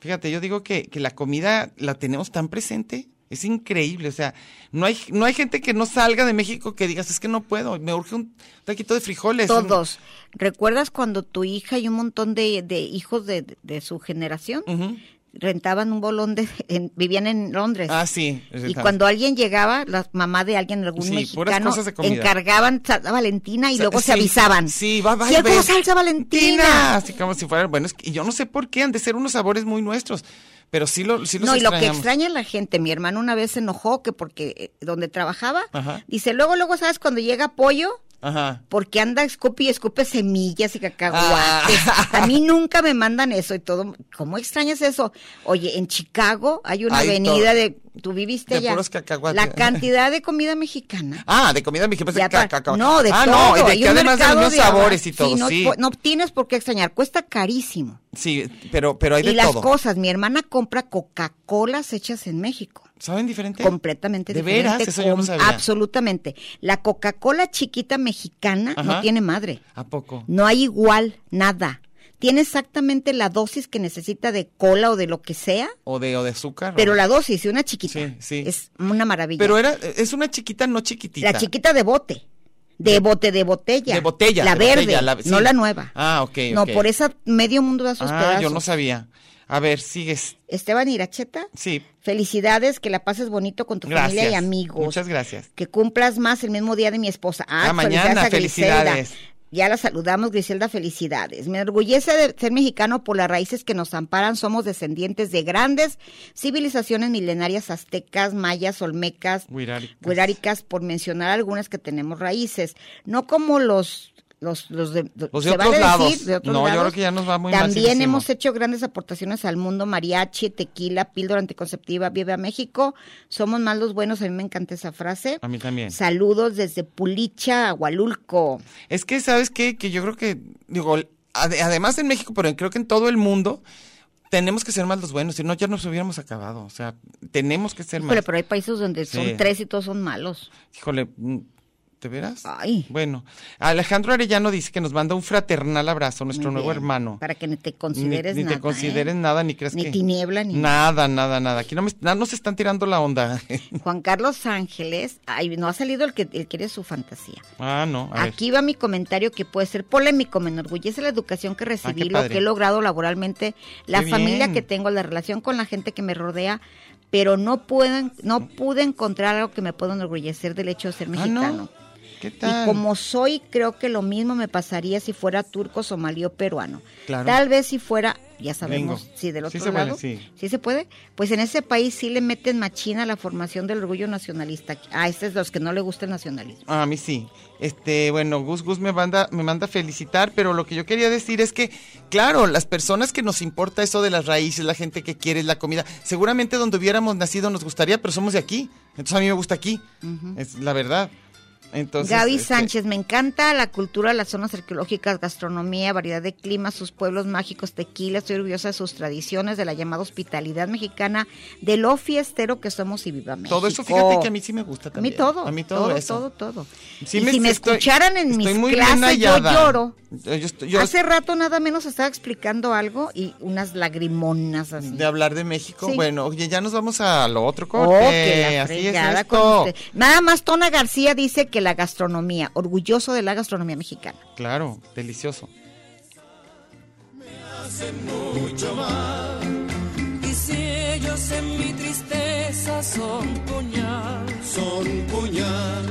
F: Fíjate, yo digo que, que la comida la tenemos tan presente. Es increíble, o sea, no hay, no hay gente que no salga de México que digas, es que no puedo, me urge un taquito de frijoles. un-
D: Todos. ¿Recuerdas cuando tu hija y un montón de, de hijos de, de su generación
F: Ujú.
D: rentaban un bolón, de, en- vivían en Londres?
F: Ah, sí.
D: Y cuando alguien llegaba, la mamá de alguien, algún
F: Sí, puras
D: mexicano,
F: cosas de comida.
D: encargaban salsa Valentina y
F: Sa-
D: luego
F: sí,
D: se avisaban.
F: Sí, va, va.
D: "Sí,
F: va,
D: algo de
F: va".
D: salsa Valentina!
F: Tina, Así como si fueran, bueno, es que- y yo no sé por qué, han de ser unos sabores muy nuestros, pero sí, lo, sí los
D: No, y lo que
F: extrañamos.
D: extraña la gente, mi hermano una vez se enojó que porque eh, donde trabajaba,
F: Ajá.
D: dice, luego, luego, ¿sabes? Cuando llega pollo,
F: Ajá.
D: porque anda escupe y escupe semillas y cacahuates.
F: Ah.
D: A mí nunca me mandan eso y todo. ¿Cómo extrañas eso? Oye, en Chicago hay una
F: Hay
D: avenida
F: todo.
D: de... Tú viviste
F: De
D: allá.
F: puros cacahuates.
D: La cantidad de comida mexicana.
F: Ah, de comida mexicana.
D: Ya
F: pensé que
D: para-
F: cacao.
D: no, de
F: ah,
D: todo.
F: no, y de
D: Hay
F: que
D: un
F: además de
D: mercado
F: unos
D: de abarro-
F: sabores y todo,
D: no,
F: sí.
D: po- no tienes por qué extrañar, cuesta carísimo.
F: Sí, pero, pero hay de
D: y las
F: todo.
D: cosas, mi hermana compra Coca-Colas hechas en México.
F: ¿Saben diferente?
D: Completamente
F: ¿De
D: diferente.
F: veras? Eso yo no
D: com-
F: sabía.
D: Absolutamente. La Coca-Cola chiquita mexicana no
F: Ajá.
D: tiene madre.
F: ¿A poco?
D: No hay igual, nada. Tiene exactamente la dosis que necesita de cola o de lo que sea,
F: ¿O de, o de azúcar?
D: pero
F: o-
D: la dosis de una chiquita
F: Sí, sí.
D: es una maravilla.
F: Pero era, es una chiquita no chiquitita.
D: la chiquita de bote. De bote, de botella.
F: De botella,
D: La
F: de
D: verde,
F: botella, la- sí.
D: no la nueva.
F: Ah, ok,
D: No,
F: ok.
D: por esa medio mundo da sus
F: Ah,
D: pedazos.
F: yo no sabía. A ver, sigues.
D: Esteban Iracheta,
F: Sí.
D: felicidades, que la pases bonito con tu
F: Gracias.
D: familia y amigos.
F: Muchas gracias.
D: Que cumplas más el mismo día de mi esposa. Ah,
F: Ah, mañana,
D: a Griselda.
F: felicidades.
D: Ya la saludamos, Griselda, felicidades. Me enorgullece de ser mexicano por las raíces que nos amparan. Somos descendientes de grandes civilizaciones milenarias aztecas, mayas, olmecas,
F: Huiráricas.
D: huiráricas, por mencionar algunas que tenemos raíces. No como los... Los, los de,
F: Los de
D: ¿se
F: otros
D: vale
F: lados.
D: decir? De otros
F: No, yo
D: lados.
F: creo que ya nos va muy mal si
D: También
F: decimos.
D: hemos hecho grandes aportaciones al mundo, mariachi, tequila, píldora anticonceptiva, vive a México, somos más los buenos, a mí me encanta esa frase.
F: A mí también.
D: Saludos desde Pulicha, Agualulco.
F: Es que, ¿sabes qué? Que yo creo que, digo, ade- además en México, pero creo que en todo el mundo, tenemos que ser más los buenos, si no ya nos hubiéramos acabado. O sea, tenemos que ser
D: Híjole,
F: más.
D: pero hay países donde son
F: Sí.
D: tres y todos son malos.
F: Híjole, mm, ¿te verás?
D: Ay.
F: Bueno, Alejandro Arellano dice que nos manda un fraternal abrazo, nuestro
D: Muy
F: nuevo
D: bien.
F: hermano.
D: Para que ni te
F: Ni-
D: consideres
F: ni,
D: nada.
F: te consideres
D: ¿eh?
F: nada, ni creas
D: Ni
F: que.
D: tiniebla, ni-
F: Nada, nada, nada. Aquí no, me, no nos están tirando la onda. [laughs]
D: Juan Carlos Ángeles, ay, no ha salido el que el que eres su fantasía.
F: ah, no. A ver.
D: Aquí va mi comentario que puede ser polémico. Me enorgullece la educación que recibí, lo
F: Ah, padre.
D: que he logrado laboralmente, la
F: Qué
D: familia
F: bien.
D: que tengo, la relación con la gente que me rodea, pero no pueden, no pude encontrar algo que me pueda enorgullecer del hecho de ser
F: Ah,
D: mexicano.
F: no. ¿Qué
D: Y
F: tal?
D: como soy, creo que lo mismo me pasaría si fuera turco, somalí o peruano.
F: Claro.
D: Tal vez si fuera, ya sabemos,
F: Gringo.
D: si del
F: Sí
D: otro
F: se puede,
D: lado.
F: sí.
D: se puede. Pues en ese país sí le meten machina la formación del orgullo nacionalista. A estos los que no le gusta el nacionalismo.
F: Ah, A mí sí. Este, bueno, Gus Gus me manda, me manda a felicitar, pero lo que yo quería decir es que, claro, las personas que nos importa eso de las raíces, la gente que quiere la comida, seguramente donde hubiéramos nacido nos gustaría, pero somos de aquí. Entonces a mí me gusta aquí. Es la verdad. Entonces.
D: Gaby
F: este,
D: Sánchez, me encanta la cultura, las zonas arqueológicas, gastronomía, variedad de climas, sus pueblos mágicos, tequila. Estoy orgullosa de sus tradiciones, de la llamada hospitalidad mexicana, de lo fiestero que somos y viva México.
F: Todo eso, fíjate que a mí sí me
D: A
F: gusta
D: mí
F: también.
D: todo.
F: A mí todo, eso.
D: Todo, todo.
F: Sí
D: Y si me
F: estoy-
D: escucharan en mis
F: estoy muy bien
D: clases, yo
F: hallada.
D: lloro.
F: Yo, estoy- yo-
D: Hace rato nada menos estaba explicando algo y unas lagrimonas así.
F: de hablar de México,
D: Sí.
F: bueno, oye, ya nos vamos a lo otro corte.
D: Oh, que la
F: Así es
D: fregada con
F: esto.
D: usted. Nada más Tona García dice que la gastronomía, orgulloso de la gastronomía mexicana.
F: Claro, delicioso.
H: Y si ellos en mi tristeza son puñal,
E: Son puñal,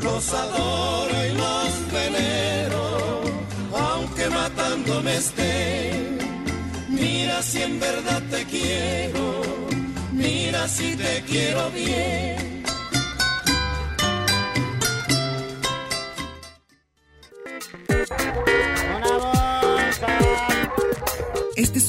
E: los adoro y los venero, aunque matándome esté. Mira si en verdad te quiero, mira si te quiero bien.
C: Este es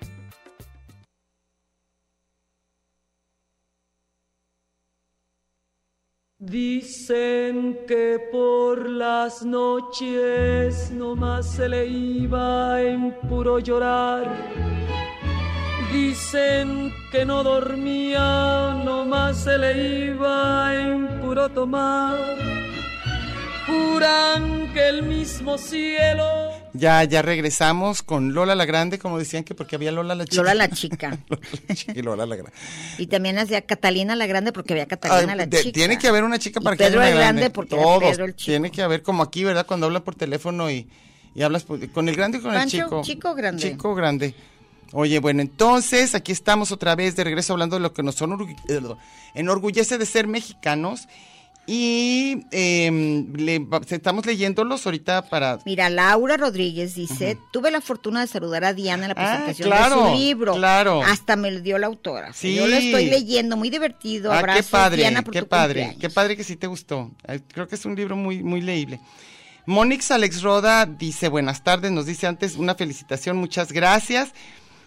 H: Dicen que por las noches nomás se le iba en puro llorar. Dicen que no dormía, nomás se le iba en puro tomar. Juran que el mismo cielo.
F: Ya, ya regresamos con Lola la Grande, como decían que porque había [laughs] Lola la chica.
D: Lola la chica.
F: Lola
D: [laughs]
F: la chica y Lola la Grande.
D: Y también hacía Catalina la Grande porque había Catalina
F: Ay,
D: la
F: de-
D: chica.
F: Tiene que haber una chica
D: Y
F: para que haya
D: Pedro
F: una
D: el
F: grande.
D: Grande porque era
F: Todos.
D: Pedro el chico.
F: Tiene que haber, como aquí, ¿verdad? Cuando hablan por teléfono y, y hablas por- con el grande o con
D: Pancho,
F: el chico.
D: chico o grande.
F: Chico o grande. Oye, bueno, entonces aquí estamos otra vez de regreso hablando de lo que nos son orgu- enorgullece de ser mexicanos. Y eh, le- va- estamos leyéndolos ahorita para
D: Mira, Laura Rodríguez dice, tuve la fortuna de saludar a Diana en la
F: Ah,
D: presentación
F: claro,
D: de su libro.
F: claro.
D: Hasta me lo dio la autora.
F: Sí.
D: Yo lo estoy leyendo, muy divertido.
F: Ah,
D: Abrazos,
F: qué padre,
D: Diana, por
F: qué
D: tu
F: padre,
D: cumpleaños.
F: qué padre que sí te gustó. Eh, Creo que es un libro muy, muy leíble. Mónix Alex Roda dice buenas tardes, nos dice antes una felicitación, muchas gracias.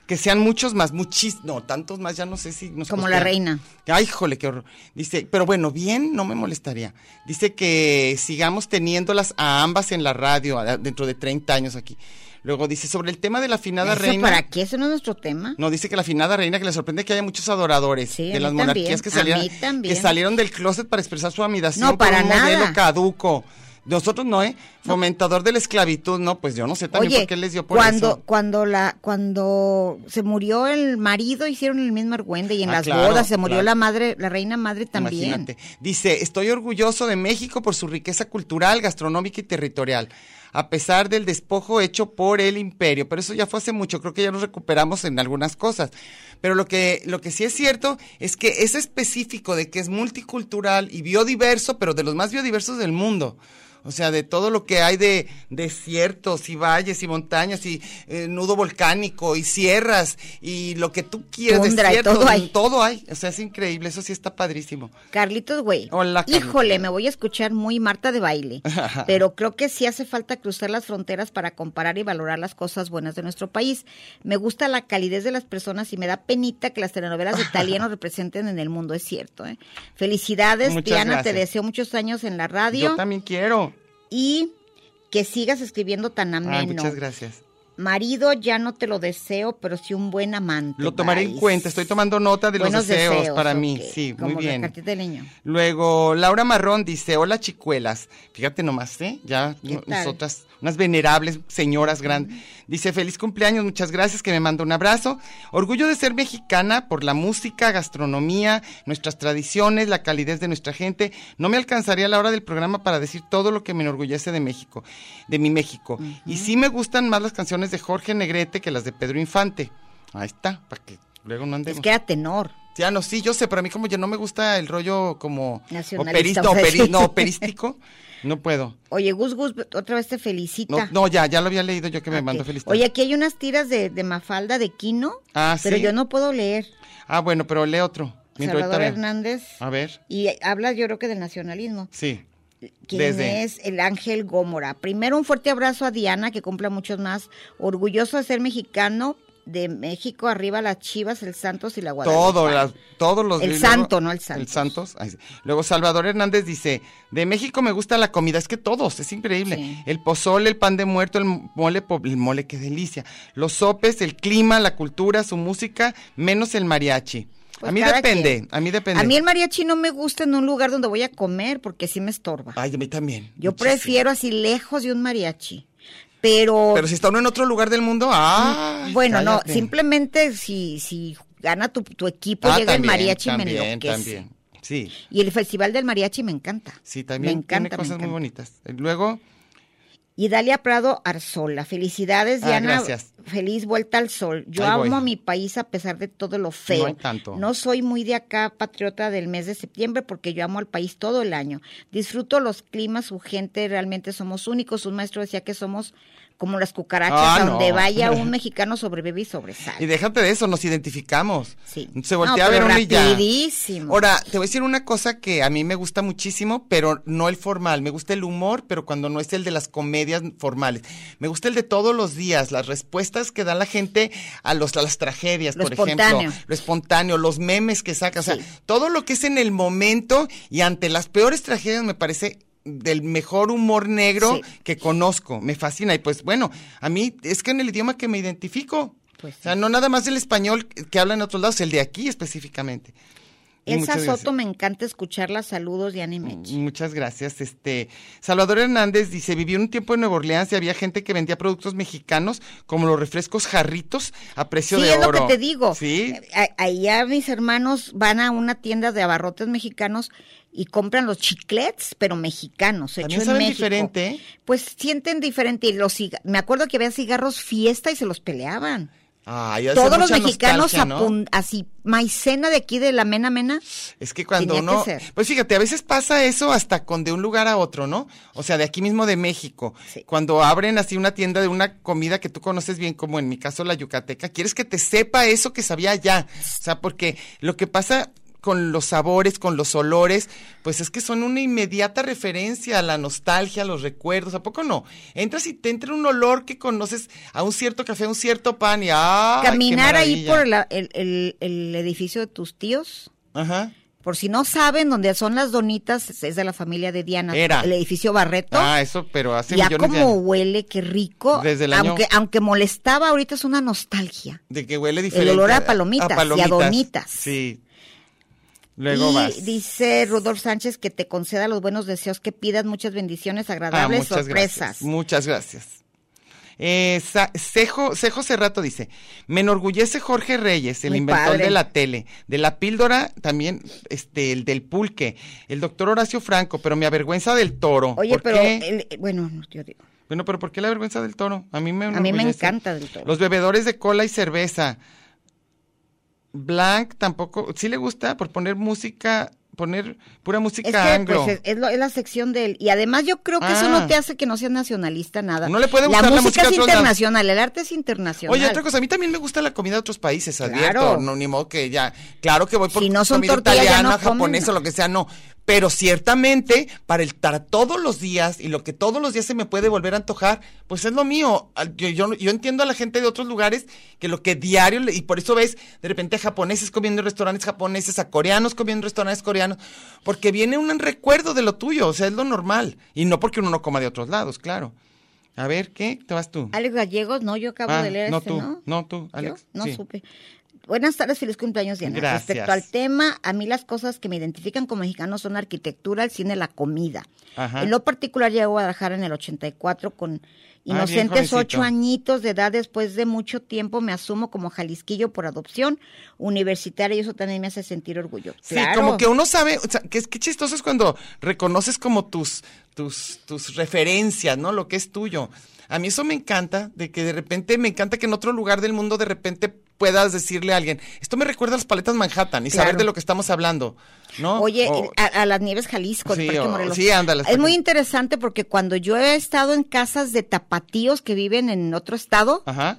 F: Que sean muchos más, muchis, no, tantos más, ya no sé si nos
D: Como
F: costean.
D: la reina.
F: Ay, jole, qué horror. Dice, pero bueno, bien, no me molestaría. Dice que sigamos teniéndolas a ambas en la radio a- dentro de 30 años aquí. Luego dice, sobre el tema de la afinada
D: ¿Eso
F: reina.
D: para qué? ¿Eso no es nuestro tema?
F: No, dice que la afinada reina que le sorprende que haya muchos adoradores
D: Sí, a mí
F: de las
D: también,
F: monarquías que
D: a
F: salieron,
D: mí también.
F: que salieron del closet para expresar su admiración
D: No, para
F: por un modelo
D: nada.
F: caduco. Nosotros no, ¿eh? Fomentador de la esclavitud, no, pues yo no sé también por
D: Oye,
F: qué les dio por
D: cuando,
F: eso.
D: cuando la, cuando se murió el marido, hicieron el mismo argüende y en
F: Ah,
D: las
F: claro,
D: bodas se murió
F: claro.
D: la madre, la reina madre también.
F: Imagínate. Dice, estoy orgulloso de México por su riqueza cultural, gastronómica y territorial, a pesar del despojo hecho por el imperio. Pero eso ya fue hace mucho, creo que ya nos recuperamos en algunas cosas. Pero lo que, lo que sí es cierto es que es específico de que es multicultural y biodiverso, pero de los más biodiversos del mundo. O sea, de todo lo que hay de desiertos y valles y montañas y eh, nudo volcánico y sierras y lo que tú quieras,
D: Tundra y
F: desiertos,
D: todo hay.
F: todo hay. O sea, es increíble, eso sí está padrísimo.
D: Carlitos, güey.
F: Hola, Carlitos.
D: Híjole, me voy a escuchar muy Marta de
F: [laughs]
D: baile, pero creo que sí hace falta cruzar las fronteras para comparar y valorar las cosas buenas de nuestro país. Me gusta la calidez de las personas y me da penita que las telenovelas de
F: [laughs]
D: italiano representen en el mundo, es cierto. ¿eh? Felicidades,
F: Muchas
D: Diana,
F: gracias.
D: te deseo muchos años en la radio.
F: Yo también quiero.
D: y que sigas escribiendo tan ameno.
F: Ay, muchas gracias.
D: Marido, ya no te lo deseo, pero sí un buen amante.
F: Lo tomaré en
D: Bye.
F: cuenta, estoy tomando nota de los
D: Buenos
F: deseos, para
D: ok,
F: mí. Sí, muy
D: como la
F: bien.
D: cartita del niño.
F: Luego, Laura Marrón dice, hola chicuelas. Fíjate nomás, ¿eh? Ya
D: ¿Qué
F: no-
D: tal?
F: nosotras, unas venerables señoras grandes. Dice, feliz cumpleaños, muchas gracias, que me manda un abrazo. Orgullo de ser mexicana por la música, gastronomía, nuestras tradiciones, la calidez de nuestra gente. No me alcanzaría la hora del programa para decir todo lo que me enorgullece de México, de mi México. Y sí me gustan más las canciones de Jorge Negrete que las de Pedro Infante. Ahí está, para que luego no andemos.
D: Es que era tenor.
F: Ya no, sí, yo sé, pero a mí como ya no me gusta el rollo como
D: Nacionalista,
F: operista,
D: o sea,
F: operi-
D: sí.
F: no, operístico, no puedo.
D: Oye, Gus Gus, otra vez te felicita.
F: No, no, ya, ya lo había leído yo que me
D: Ok.
F: mandó feliz.
D: Oye, aquí hay unas tiras de, de Mafalda de Quino,
F: Ah,
D: pero
F: sí.
D: yo no puedo leer.
F: Ah, bueno, pero lee otro. Mientras ahorita
D: Salvador
F: veo.
D: Hernández.
F: A ver,
D: Y habla yo creo que del nacionalismo.
F: sí.
D: quien
F: Desde-
D: es el Ángel Gómora. Primero un fuerte abrazo a Diana, que cumpla muchos más. Orgulloso de ser mexicano, de México, arriba las Chivas, el Santos y la Guadalajara.
F: Todo, las- todos los...
D: El
F: y
D: santo, ¿no? El
F: El
D: santos.
F: Santos. ay, sí. Luego Salvador Hernández dice, de México me gusta la comida, es que todos, es increíble.
D: Sí.
F: El pozole, el pan de muerto, el mole, po- el mole, qué delicia. Los sopes, el clima, la cultura, su música, menos el mariachi.
D: Pues
F: a mí
D: cada
F: depende,
D: quien.
F: a mí depende.
D: A mí el mariachi no me gusta en un lugar donde voy a comer porque sí me estorba.
F: Ay, a mí también.
D: Yo
F: Muchísimo.
D: prefiero así lejos de un mariachi. Pero,
F: Pero si está uno en otro lugar del mundo, ah.
D: Mm, bueno,
F: cállate.
D: no, simplemente si, si gana tu, tu equipo,
F: Ah,
D: llega
F: también,
D: el mariachi y me
F: también,
D: enloquece.
F: también. Sí,
D: Y el festival del mariachi me encanta.
F: sí, también
D: Me encanta, me
F: tiene cosas muy
D: encanta.
F: bonitas. Eh, Luego,
D: Y Dalia Prado Arzola. Felicidades,
F: Ah,
D: Diana.
F: gracias.
D: Feliz vuelta al sol. Yo
F: Ahí
D: amo
F: voy.
D: a mi país a pesar de todo lo feo.
F: No hay tanto.
D: No soy muy de acá patriota del mes de septiembre porque yo amo al país todo el año. Disfruto los climas, su gente, realmente somos únicos. Un maestro decía que somos como las cucarachas,
F: Ah,
D: a donde
F: no.
D: vaya
F: [laughs]
D: un mexicano sobrevive y sobresale.
F: y déjate de eso, nos identificamos.
D: Sí.
F: Se voltea
D: No,
F: a ver
D: pero
F: uno y ya.
D: rapidísimo.
F: Ahora, te voy a decir una cosa que a mí me gusta muchísimo, pero no el formal. Me gusta el humor, pero cuando no es el de las comedias formales. Me gusta el de todos los días, las respuestas que da la gente a, los, a las tragedias,
D: Lo
F: por
D: espontáneo.
F: ejemplo. Lo espontáneo, los memes que saca. O sea, todo lo que es en el momento y ante las peores tragedias me parece del mejor humor negro
D: Sí.
F: que conozco. Me fascina. Y pues bueno, a mí es que en el idioma que me identifico.
D: Pues
F: o sea, no nada más el español que hablan en otros lados, el de aquí específicamente. Y
D: Elsa
F: muchas gracias. Mm,
D: Soto me encanta escucharla. Saludos, Diana y Meche.
F: Muchas gracias. Este Salvador Hernández dice, viví un tiempo en Nueva Orleans y había gente que vendía productos mexicanos como los refrescos jarritos a precio
D: Sí,
F: de
D: es
F: oro.
D: lo que te digo.
F: Sí.
D: Eh, a- Ahí ya mis hermanos van a una tienda de abarrotes mexicanos y compran los chiclets, pero mexicanos,
F: También
D: hechos en
F: saben
D: México.
F: diferente, ¿eh?
D: Pues sienten diferente. Y los ciga- Me acuerdo que había cigarros fiesta y se los peleaban.
F: Ay, ha de ser
D: Todos los
F: mucha
D: mexicanos
F: nostalgia, ¿no?
D: apun- así, maicena de aquí de la mena mena.
F: Es que cuando
D: Tenía que
F: uno.
D: ser.
F: Pues fíjate, a veces pasa eso hasta con de un lugar a otro, ¿no? O sea, de aquí mismo de México.
D: Sí.
F: Cuando abren así una tienda de una comida que tú conoces bien, como en mi caso la yucateca, quieres que te sepa eso que sabía allá. O sea, porque lo que pasa con los sabores, con los olores, pues es que son una inmediata referencia a la nostalgia, a los recuerdos, ¿a poco no? Entras y te entra un olor que conoces a un cierto café, a un cierto pan y ¡ah!
D: Caminar ahí por la- el, el- el edificio de tus tíos.
F: Ajá.
D: Por si no saben, donde son las donitas, es de la familia de Diana.
F: Era.
D: El edificio Barreto.
F: Ah, eso, pero hace
D: ya
F: millones de
D: como
F: años.
D: huele, qué rico.
F: Desde el año-
D: aunque, aunque molestaba, ahorita es una nostalgia.
F: De que huele diferente.
D: olor a palomitas y a donitas.
F: Sí. Luego
D: y
F: vas.
D: dice Rudolf Sánchez que te conceda los buenos deseos, que pidas muchas bendiciones,
F: Ah,
D: agradables
F: muchas
D: sorpresas.
F: gracias. Muchas gracias. Eh, Sa- Cejo, Cejo Cerrato dice, me enorgullece Jorge Reyes, el
D: Muy
F: inventor
D: padre.
F: de la tele, de la píldora, también este, el del pulque, el doctor Horacio Franco, pero me avergüenza del toro.
D: Oye,
F: ¿Por
D: pero
F: qué?
D: el- eh, bueno, no, yo digo,
F: Bueno, pero ¿por qué la vergüenza del toro? A mí me
D: a mí me
F: enorgullece.
D: encanta del todo.
F: Los bebedores de cola y cerveza. Blanc tampoco, sí le gusta por poner música, poner pura música
D: es que
F: anglo.
D: pues, es, es lo- es la sección de él. Y además yo creo que eso no
F: Ah.
D: te hace que no seas nacionalista nada.
F: No le puede gustar la música a
D: es
F: otros lados.
D: internacional, el arte es internacional.
F: Oye, otra cosa, a mí también me gusta la comida de otros países, advierto,
D: Claro.
F: no, ni modo que ya, claro que voy por
D: Si no son
F: comida
D: tortillas, ya
F: italiana,
D: no comen,
F: japonesa,
D: no.
F: lo que sea, no. Pero ciertamente, para el estar todos los días y lo que todos los días se me puede volver a antojar, pues es lo mío. Al- Yo, yo, yo entiendo a la gente de otros lugares que lo que diario, le- y por eso ves de repente a japoneses comiendo en restaurantes japoneses, a coreanos comiendo en restaurantes coreanos, porque viene un recuerdo de lo tuyo, o sea, es lo normal. Y no porque uno no coma de otros lados, claro. A ver, ¿qué? ¿Te vas tú?
D: Alex Gallegos, no, yo acabo
F: Ah,
D: de leer
F: no,
D: este,
F: tú,
D: ¿no?
F: no, tú,
D: ¿Yo?
F: Alex,
D: No
F: sí.
D: supe. Buenas tardes, feliz cumpleaños, Diana.
F: Gracias.
D: Respecto al tema, a mí las cosas que me identifican como mexicano son la arquitectura, el cine, la comida.
F: Ajá. Ah,
D: En lo particular, llegué a Guadalajara en el 84 con
F: bien
D: inocentes
F: jovencito.
D: ocho añitos de edad. Después de mucho tiempo me asumo como jalisquillo por adopción universitaria y eso también me hace sentir orgullo.
F: Sí,
D: Claro.
F: como que uno sabe, o sea, que es que chistoso es cuando reconoces como tus, tus, tus referencias, ¿no? Lo que es tuyo. A mí eso me encanta, de que de repente me encanta que en otro lugar del mundo de repente puedas decirle a alguien, esto me recuerda a las paletas Manhattan y saber
D: Claro.
F: de lo que estamos hablando, ¿no?
D: Oye,
F: O-
D: a, a las nieves Jalisco, el
F: Sí,
D: Parque
F: o-
D: Morelos.
F: sí, ándale,
D: Es
F: Parque-
D: muy interesante porque cuando yo he estado en casas de tapatíos que viven en otro estado,
F: Ajá.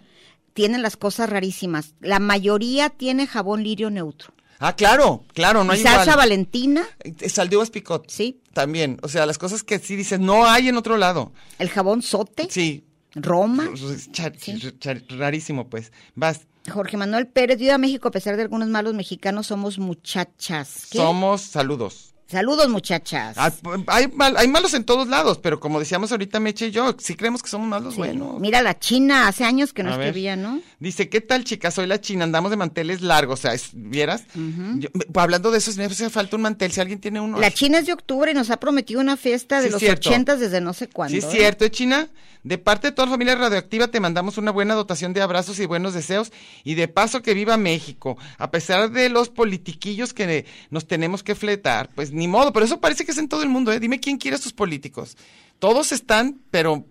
D: tienen las cosas rarísimas. La mayoría tiene jabón lirio neutro.
F: Ah, claro, claro, no
D: Y
F: hay
D: salsa
F: igual.
D: valentina,
F: Eh, Sal de uvas picot.
D: Sí.
F: También, o sea, las cosas que sí dices, no hay en otro lado.
D: el jabón sote,
F: Sí.
D: Roma.
F: Char-
D: Sí.
F: char- rarísimo, pues. Vas.
D: Jorge Manuel Pérez, viva México, a pesar de algunos malos mexicanos, somos muchachas. ¿Qué?
F: Somos saludos.
D: Saludos, muchachas.
F: Ah, p- Hay, mal- hay malos en todos lados, pero como decíamos ahorita Meche y yo, sí creemos que somos malos,
D: Sí.
F: pues bueno.
D: Mira la China, hace años que no
F: A ver.
D: escribía, ¿no?
F: Dice, ¿qué tal, chicas? Soy la china, andamos de manteles largos, o sea, es- ¿vieras? Yo- me- hablando de eso, si me hace falta un mantel, si alguien tiene uno.
D: La
F: ay,
D: China es de octubre y nos ha prometido una fiesta de
F: Sí,
D: los
F: cierto.
D: ochentas desde no sé cuándo.
F: Sí, es
D: ¿eh?
F: cierto, ¿eh, China. De parte de toda la familia radioactiva te mandamos una buena dotación de abrazos y buenos deseos. Y de paso que viva México. A pesar de los politiquillos que nos tenemos que fletar, pues ni modo. Pero eso parece que es en todo el mundo, ¿eh? Dime quién quiere a sus políticos. Todos están, pero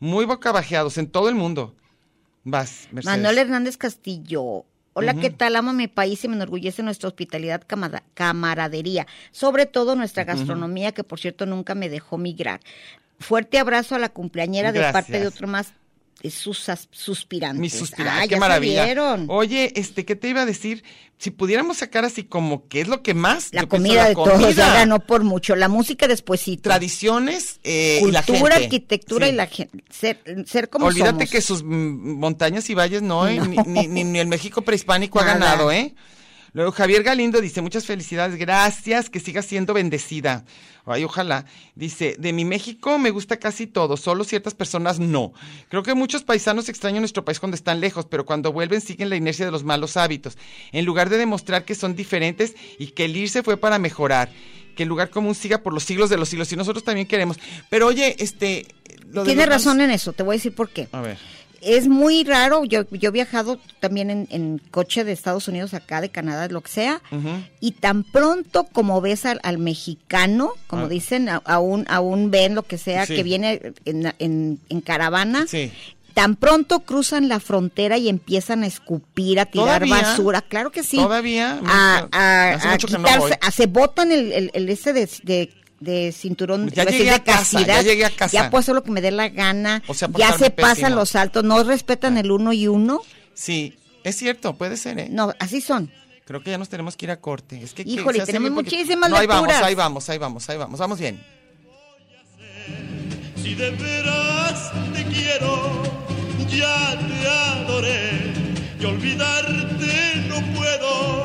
F: muy bocabajeados en todo el mundo. Vas, Mercedes.
D: Manuel Hernández Castillo. Hola, ¿qué tal? Amo mi país y me enorgullece nuestra hospitalidad, camada- camaradería, sobre todo nuestra gastronomía, que por cierto nunca me dejó migrar. Fuerte abrazo a la cumpleañera de parte de
F: Gracias.
D: otro más eh, susas- suspirantes.
F: Mis suspirar,
D: Ah,
F: qué
D: ya
F: maravilla.
D: salieron.
F: Oye, este, ¿qué te iba a decir? Si pudiéramos sacar así como qué es lo que más.
D: la
F: yo pienso,
D: comida
F: la
D: de todos,
F: comida.
D: ya ganó por mucho. La música despuesito.
F: Tradiciones eh, y la
D: Cultura,
F: gente.
D: arquitectura y
F: Sí.
D: la gente. Ser, ser como
F: Olvídate
D: somos.
F: que sus mm, montañas y valles no, ¿eh? Ni, ni- ni- ni el México prehispánico ha
D: Nada.
F: ganado, ¿eh? Luego Javier Galindo dice, muchas felicidades, gracias, que sigas siendo bendecida. Ay, ojalá. Dice, de mi México me gusta casi todo, solo ciertas personas no. Creo que muchos paisanos extrañan nuestro país cuando están lejos, pero cuando vuelven siguen la inercia de los malos hábitos, en lugar de demostrar que son diferentes y que el irse fue para mejorar, que el lugar común siga por los siglos de los siglos, y nosotros también queremos. Pero oye, este... lo de
D: Tienes
F: los-
D: razón en eso, te voy a decir por qué.
F: A ver.
D: Es muy raro, yo, yo he viajado también en, en coche de Estados Unidos acá, de Canadá, lo que sea, y tan pronto como ves al, al mexicano, como
F: Ah.
D: dicen, a, a un, a un Ben, lo que sea,
F: Sí.
D: que viene en, en- en caravana,
F: Sí.
D: tan pronto cruzan la frontera y empiezan a escupir, a tirar
F: Todavía.
D: basura, claro que sí.
F: Todavía.
D: A, a-
F: Hace
D: Ah, a
F: mucho que no
D: quitarse-
F: voy.
D: a- se botan el, el, el ese de... de- de cinturón
F: Pues Ya
D: iba decir
F: llegué
D: de
F: a casa, ya
D: casidad,
F: llegué a casa.
D: ya puedo hacer lo que me dé la gana
F: O sea,
D: ya se
F: portarme
D: pasan
F: pésimo. Ah.
D: los saltos no respetan el uno y uno
F: Sí, es cierto, puede ser, ¿eh?
D: no así son
F: Creo que ya nos tenemos que ir a corte. Es que que
D: Híjole,
F: se hace
D: tenemos
F: muy poquito.
D: muchísimas
F: no, ahí vamos,
D: lecturas.
F: ahí vamos, ahí vamos, ahí vamos. Vamos bien.
E: Si de veras te quiero, ya te adoré y olvidarte no puedo.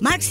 I: Marx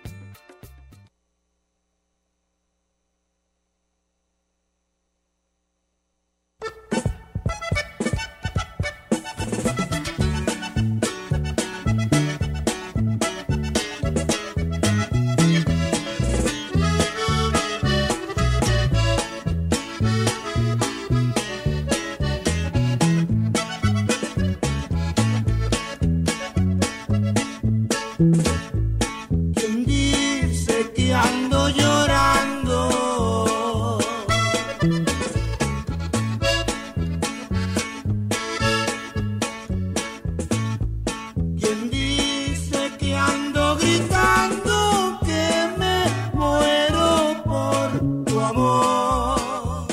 J: Quien dice que ando llorando, quien dice que ando gritando que me muero por tu amor.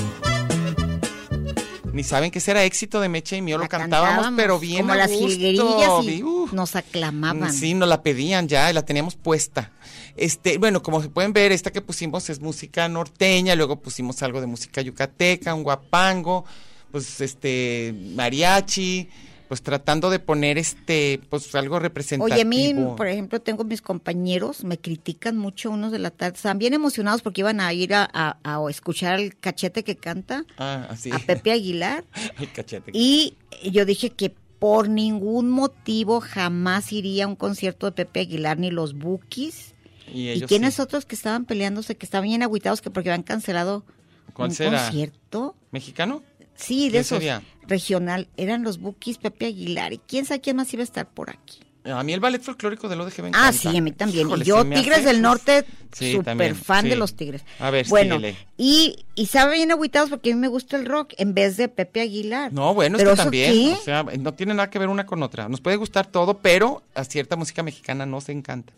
F: Ni saben que ese era éxito de Mecha y mío, lo
D: La
F: cantábamos, pero bien
D: Como
F: a
D: las
F: gusto,
D: jilguerillas y
F: vi, uf.
D: nos aclamaban.
F: Sí, nos la pedían ya, y la teníamos puesta. Este, bueno, como se pueden ver, esta que pusimos es música norteña, luego pusimos algo de música yucateca, un guapango, pues este mariachi, pues tratando de poner este, pues algo representativo.
D: Oye, a mí, por ejemplo, tengo mis compañeros, me critican mucho unos de la tarde. Están bien emocionados porque iban a ir a, a- a escuchar el cachete que canta
F: ah, así.
D: a Pepe Aguilar.
F: [laughs] El cachete.
D: Y yo dije que por ningún motivo jamás iría a un concierto de Pepe Aguilar ni los Bookies.
F: Y
D: ¿Y
F: ellos
D: quiénes
F: sí.
D: otros que estaban peleándose, que estaban bien agüitados que porque habían cancelado
F: ¿Cuál
D: un
F: será?
D: concierto?
F: ¿Mexicano?
D: Sí, de
F: ¿Quién
D: esos
F: sería?
D: regional. Eran los Bookies, Pepe Aguilar. ¿Y quién sabe quién más iba a estar por aquí?
F: A mí el ballet folclórico de lo me
D: Ah,
F: encanta.
D: sí, a mí también.
F: Híjole,
D: y yo,
F: se me
D: Tigres
F: hace-
D: del Norte,
F: Sí,
D: súper
F: también,
D: fan de
F: sí.
D: los Tigres.
F: A ver,
D: bueno,
F: síguele.
D: y, y estaban bien agüitados porque a mí me gusta el rock en vez de Pepe Aguilar.
F: No, bueno, es
D: Pero
F: que
D: ¿eso
F: también,
D: qué?
F: o sea, no tiene nada que ver una con otra. Nos puede gustar todo, pero a cierta música mexicana nos encanta.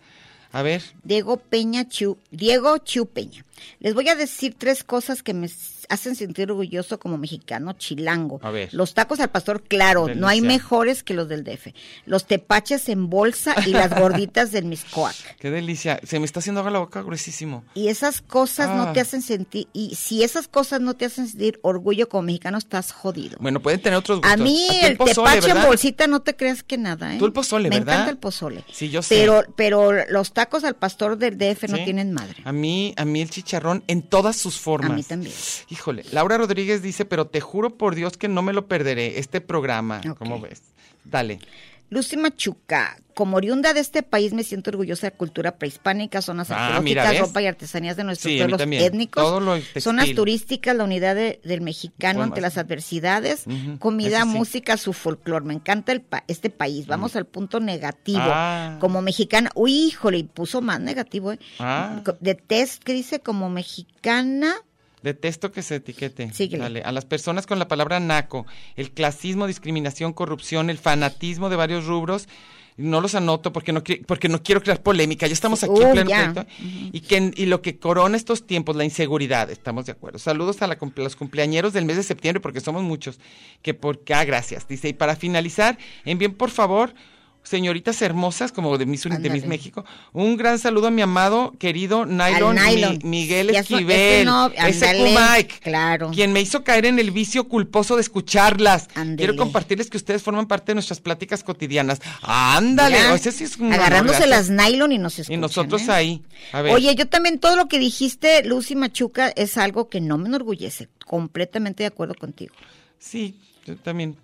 F: A ver,
D: Diego Peña Chu, Diego Chu Peña. Les voy a decir tres cosas que me s- hacen sentir orgulloso como mexicano chilango.
F: A ver.
D: Los tacos al pastor, claro, no hay
F: Delicia.
D: mejores que los del DF. Los tepaches en bolsa y las gorditas del Miscoac.
F: qué delicia. Se me está haciendo agua la boca gruesísimo.
D: Y esas cosas no
F: Ah.
D: te hacen sentir, y si esas cosas no te hacen sentir orgullo como mexicano, estás jodido.
F: Bueno, pueden tener otros gustos.
D: A mí
F: ti
D: el
F: pozole,
D: tepache en
F: ¿verdad?
D: bolsita no te creas que nada, ¿eh?
F: Tú el pozole,
D: Me
F: ¿verdad?
D: encanta el pozole.
F: Sí, yo sé.
D: Pero, pero los tacos al pastor del DF no
F: Sí.
D: tienen madre.
F: A mí, a mí el chicharrón en todas sus formas.
D: A mí también.
F: Híjole, Laura Rodríguez dice, pero te juro por Dios que no me lo perderé, este programa.
D: Ok.
F: ¿Cómo ves? Dale.
D: Lucy Machuca, como oriunda de este país me siento orgullosa de la cultura prehispánica, zonas
F: Ah, mira,
D: arqueológicas,
F: ¿ves?
D: ropa y artesanías de nuestros
F: Sí, a mí
D: pueblos
F: también.
D: étnicos,
F: Todo lo textil.
D: zonas turísticas, la unidad de- del mexicano
F: Bueno,
D: ante las adversidades,
F: Ujú,
D: comida,
F: eso sí. Mm.
D: música, su folclore. Me encanta el pa- este país. Vamos al punto negativo.
F: Ah.
D: Como mexicana, uy, híjole, y puso más negativo. ¿eh?
F: Ah.
D: Co- De test que dice como mexicana.
F: Detesto que se etiquete.
D: Síguele.
F: Dale. A las personas con la palabra naco, el clasismo, discriminación, corrupción, el fanatismo de varios rubros, no los anoto porque no, qui- porque no quiero crear polémica. Ya estamos aquí
D: Uh,
F: en pleno
D: ya.
F: pleito. Y, que, y lo que corona estos tiempos, la inseguridad, estamos de acuerdo. Saludos a la cum- los cumpleañeros del mes de septiembre, porque somos muchos. Que porque, ah, gracias. Dice, y para finalizar, envíen por favor. Señoritas hermosas, como de Miss, Uni- de Miss
D: Ándale.
F: México, un gran saludo a mi amado, querido Nylon, Mi-
D: nylon.
F: Miguel
D: Ya so-
F: Esquivel,
D: ese no,
F: ese
D: ándale,
F: Kumike,
D: claro.
F: quien me hizo caer en el vicio culposo de escucharlas.
D: Ándele.
F: Quiero compartirles que ustedes forman parte de nuestras pláticas cotidianas. Ándale,
D: ya,
F: ese sí es un honor,
D: agarrándose
F: gracias.
D: las nylon y nos escuchan.
F: Y nosotros
D: ¿eh?
F: ahí. A ver,
D: Oye, yo también todo lo que dijiste, Lucy Machuca, es algo que no me enorgullece. Completamente de acuerdo contigo.
F: sí, yo también.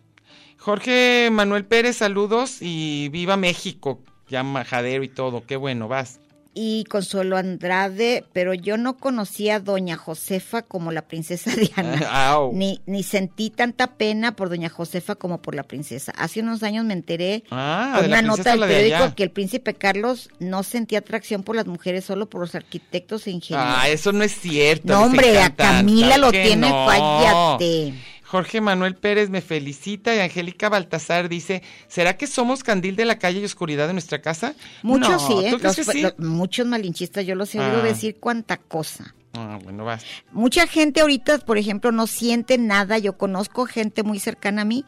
F: Jorge Manuel Pérez, saludos y viva México. Ya majadero y todo, qué bueno, vas.
D: y Consuelo Andrade, pero yo no conocía a Doña Josefa como la princesa [laughs] Diana.
F: [laughs] Ah, Au.
D: Ah, Ni, ni sentí tanta pena por Doña Josefa como por la princesa. Hace unos años me enteré
F: Ah,
D: con
F: de la
D: una
F: princesa
D: nota del
F: la de
D: periódico
F: allá.
D: que el príncipe Carlos no sentía atracción por las mujeres, solo por los arquitectos e ingenieros.
F: Ah, eso no es cierto.
D: no,
F: les
D: hombre, a
F: encanta,
D: Camila
F: claro
D: lo
F: que
D: tiene,
F: no.
D: cállate.
F: Jorge Manuel Pérez me felicita y Angélica Baltasar dice, ¿será que somos candil de la calle y oscuridad de nuestra casa?
D: Muchos
F: No,
D: sí, ¿eh?
F: ¿tú crees
D: Los-
F: que sí?
D: lo- muchos malinchistas, yo los he oído
F: Ah.
D: decir cuánta cosa.
F: Ah, bueno, vas.
D: Mucha gente ahorita, por ejemplo, no siente nada. Yo conozco gente muy cercana a mí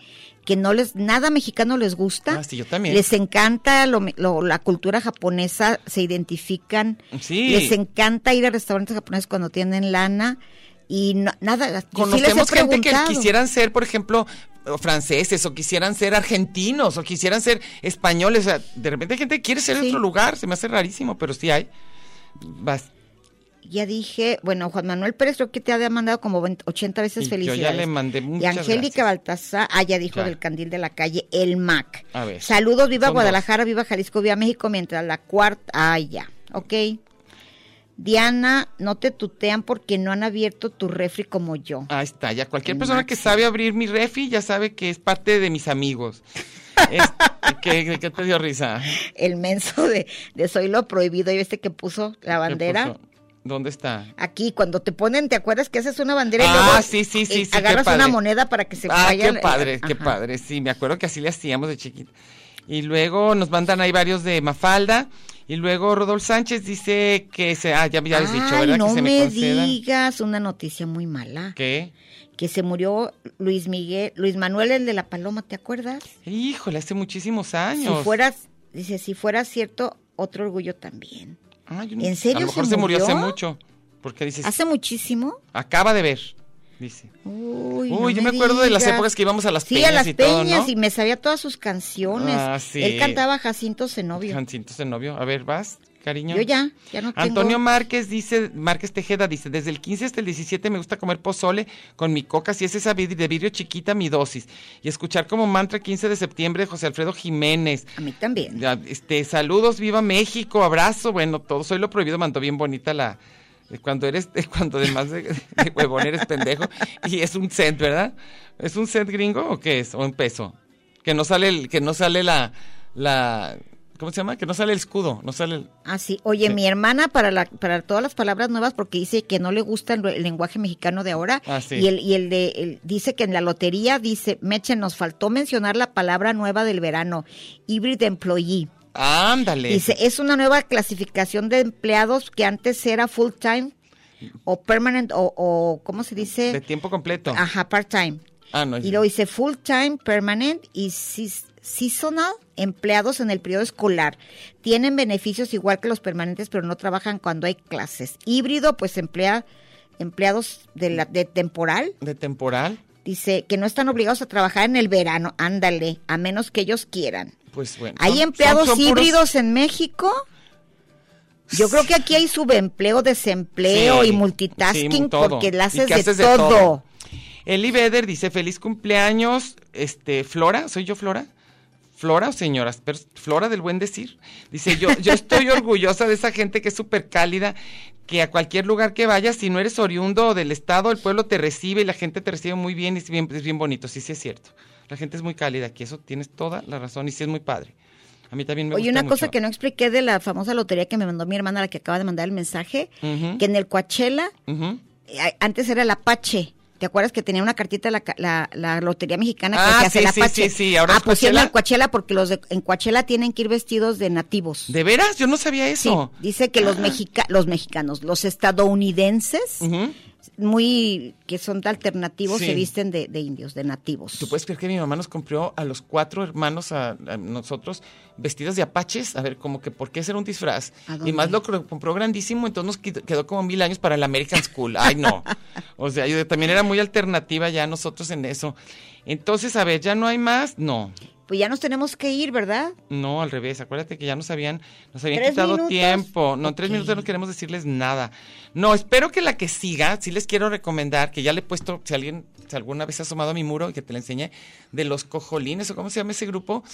D: que no les nada mexicano les gusta.
F: Ah, sí, yo también.
D: Les encanta lo me- lo- la cultura japonesa, se identifican.
F: Sí.
D: Les encanta ir a restaurantes japoneses cuando tienen lana y no- nada. yo sí les he
F: Conocemos gente que
D: preguntado.
F: quisieran ser, por ejemplo, o franceses o quisieran ser argentinos o quisieran ser españoles. O sea, de repente hay gente que quiere ser de
D: Sí.
F: otro lugar, se me hace rarísimo, pero sí hay. Vas.
D: Ya dije, bueno, Juan Manuel Pérez creo que te ha mandado como 20 80 veces
F: Y yo ya
D: felicidades.
F: le mandé
D: Y
F: muchas
D: Angélica Baltasar, ah, ya dijo
F: Claro.
D: del candil de la calle, el MAC.
F: A ver,
D: Saludos, viva
F: son
D: Guadalajara, viva Jalisco, viva México, mientras la cuarta, ah, ya, ok. Diana, no te tutean porque no han abierto tu refri como yo.
F: Ahí está, ya cualquier
D: El
F: persona que sabe abrir mi refi ya sabe que es parte de mis
D: [laughs]
F: amigos. Este, ¿qué, de qué te dio risa? ¿Qué
D: El menso de, de Soy lo prohibido, yo este que puso la bandera.
F: puso? ¿Dónde está?
D: Aquí, cuando te ponen, ¿te acuerdas que haces una bandera y
F: Ah,
D: luego
F: sí, sí, sí,
D: eh,
F: sí, qué
D: agarras
F: padre.
D: una moneda para que se
F: Ah,
D: vaya?
F: qué padre, qué
D: Ajá.
F: padre. Sí, me acuerdo que así le hacíamos de chiquita. Y luego nos mandan ahí varios de Mafalda. Y luego Rodolfo Sánchez dice que se. Ah, ya, ya habías dicho,
D: Ay,
F: ¿verdad?
D: no
F: que se
D: me,
F: concedan.
D: digas una noticia muy mala.
F: ¿Qué?
D: Que se murió Luis Miguel, Luis Manuel el de la Paloma, ¿te acuerdas?
F: Híjole, hace muchísimos años.
D: Si fueras, dice, si fuera cierto, otro orgullo también.
F: Ay, yo
D: ¿en serio
F: A lo mejor
D: se
F: se murió, hace
D: murió?
F: mucho. Porque dices,
D: Hace muchísimo.
F: acaba de ver. Dice.
D: Uy,
F: Uy,
D: no
F: yo me acuerdo de las
D: digas.
F: épocas que íbamos a las
D: Sí,
F: peñas
D: a las
F: y todo,
D: peñas
F: ¿no?
D: y me sabía todas sus canciones.
F: Ah, sí.
D: Él cantaba Jacinto Zenobio.
F: Jacinto de novio. A ver, vas, cariño.
D: Yo ya, ya no tengo.
F: Antonio Márquez dice, Márquez Tejeda dice, desde el 15 hasta el 17 me gusta comer pozole con mi coca, si es esa vid- de vidrio chiquita, mi dosis. Y escuchar como mantra 15 de septiembre de José Alfredo Jiménez.
D: A mí también.
F: Ya, Este, saludos, viva México, abrazo, bueno, todo, soy lo prohibido, mandó bien bonita la... eh, Cuando eres, [laughs] eh, cuando además de, de huevón eres pendejo. Y es un cent, ¿verdad? ¿Es un cent gringo o qué es? ¿O un peso? Que no sale, el, que no sale la, la, ¿cómo se llama? Que no sale el escudo, no sale el...
D: Ah, sí. Oye,
F: Sí.
D: mi hermana para la, para todas las palabras nuevas, porque dice que no le gusta el, el lenguaje mexicano de ahora.
F: Ah, sí.
D: Y el, y el de el- dice que en la lotería dice, Meche, nos faltó mencionar la palabra nueva del verano, hybrid employee.
F: Ándale.
D: Dice, es una nueva clasificación de empleados que antes era full time o permanent o, o ¿cómo se dice?
F: De tiempo completo.
D: Ajá, part time.
F: Ah, no.
D: Y luego dice full time, permanent y seas- seasonal empleados en el periodo escolar. Tienen beneficios igual que los permanentes, pero no trabajan cuando hay clases. Híbrido, pues emplea empleados de, la, de temporal.
F: De temporal,
D: Dice que no están obligados a trabajar en el verano. Ándale, a menos que ellos quieran.
F: pues bueno.
D: ¿Hay
F: son-
D: empleados
F: son- son puros-
D: híbridos en México? Yo creo que aquí hay subempleo, desempleo
F: Sí,
D: y multitasking
F: sí, todo.
D: porque la
F: ¿Y
D: haces,
F: qué haces
D: de,
F: de todo?
D: todo.
F: Eli Beder dice, feliz cumpleaños, este, Flora, ¿soy yo Flora? Flora o señoras, pero Flora del buen decir. Dice, yo,
D: [laughs]
F: yo estoy orgullosa de esa gente que es súper cálida, que a cualquier lugar que vayas, si no eres oriundo del estado, el pueblo te recibe y la gente te recibe muy bien y es bien, es bien bonito, sí, sí es cierto. La gente es muy cálida aquí, eso tienes toda la razón y sí es muy padre. A mí también me
D: Oye,
F: gusta
D: una cosa
F: mucho.
D: que no expliqué de la famosa lotería que me mandó mi hermana, la que acaba de mandar el mensaje,
F: Ujú.
D: que en el Coachella,
F: Ujú.
D: eh, a- antes era el Apache. ¿Te acuerdas que tenía una cartita la, ca- la, la lotería mexicana que
F: Ah,
D: decía,
F: sí,
D: "Haz el
F: sí,
D: Apache"?
F: sí, sí, ahora
D: ah,
F: es
D: pusieron
F: Coachella.
D: el Coachella porque los de, en Coachella tienen que ir vestidos de nativos.
F: ¿De veras? Yo no sabía
D: Sí,
F: eso. Ah.
D: dice que los, mexica- los mexicanos, los estadounidenses,
F: Ujú.
D: muy que son de alternativos,
F: Sí.
D: se visten de, de indios, de nativos.
F: ¿Tú puedes creer que mi mamá nos compró a los cuatro hermanos, a, a nosotros, vestidas de apaches? A ver, como que, ¿por qué hacer un disfraz?
D: ¿A dónde?
F: Y más lo cro- compró grandísimo, entonces nos quid- quedó como mil años para el American School. Ay,
D: [laughs]
F: no. O sea, yo también era muy alternativa ya nosotros en eso. Entonces, a ver, ¿ya no hay más? No.
D: Pues ya nos tenemos que ir, ¿verdad?
F: No, al revés. Acuérdate que ya nos habían, nos habían
D: ¿Tres
F: quitado
D: minutos?
F: tiempo. No, tres minutos no queremos decirles nada. No, espero que la que siga, sí les quiero recomendar, que ya le he puesto, si alguien, si alguna vez se ha asomado a mi muro, que te la enseñé, de los cojolines o cómo se llama ese grupo,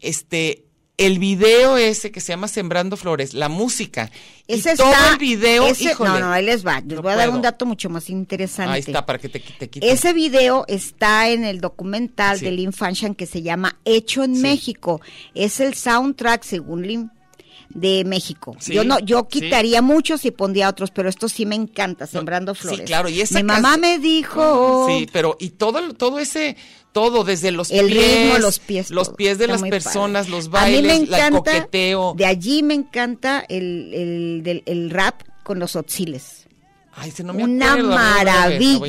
F: este, el video ese que se llama Sembrando Flores, la música. Y
D: Ese
F: todo
D: está-
F: el video,
D: ese-
F: híjole.
D: No, no, ahí les va. Les
F: No
D: voy a dar un
F: puedo.
D: dato mucho más interesante.
F: Ahí está, para que te, qui- te quite.
D: Ese video está en el documental
F: Sí.
D: de Lin Fanshan que se llama Hecho en
F: Sí.
D: México. Es el soundtrack, según Lin, de México.
F: Sí,
D: Yo no, yo
F: sí.
D: quitaría muchos y pondría otros, pero esto sí me encanta, Sembrando
F: sí,
D: Flores.
F: claro, y esa
D: Mi mamá
F: canción-
D: me dijo.
F: Sí, pero y todo el- todo ese todo desde los
D: El
F: pies,
D: ritmo, los pies.
F: los
D: todo.
F: pies de
D: Está
F: las
D: muy padre.
F: personas, los
D: A mí me
F: bailes, la- el
D: encanta,
F: coqueteo.
D: De allí me encanta el, el, del- el rap con los otziles.
F: Ay, se no me
D: Una
F: acuerdo, voy a volver a ver, lo voy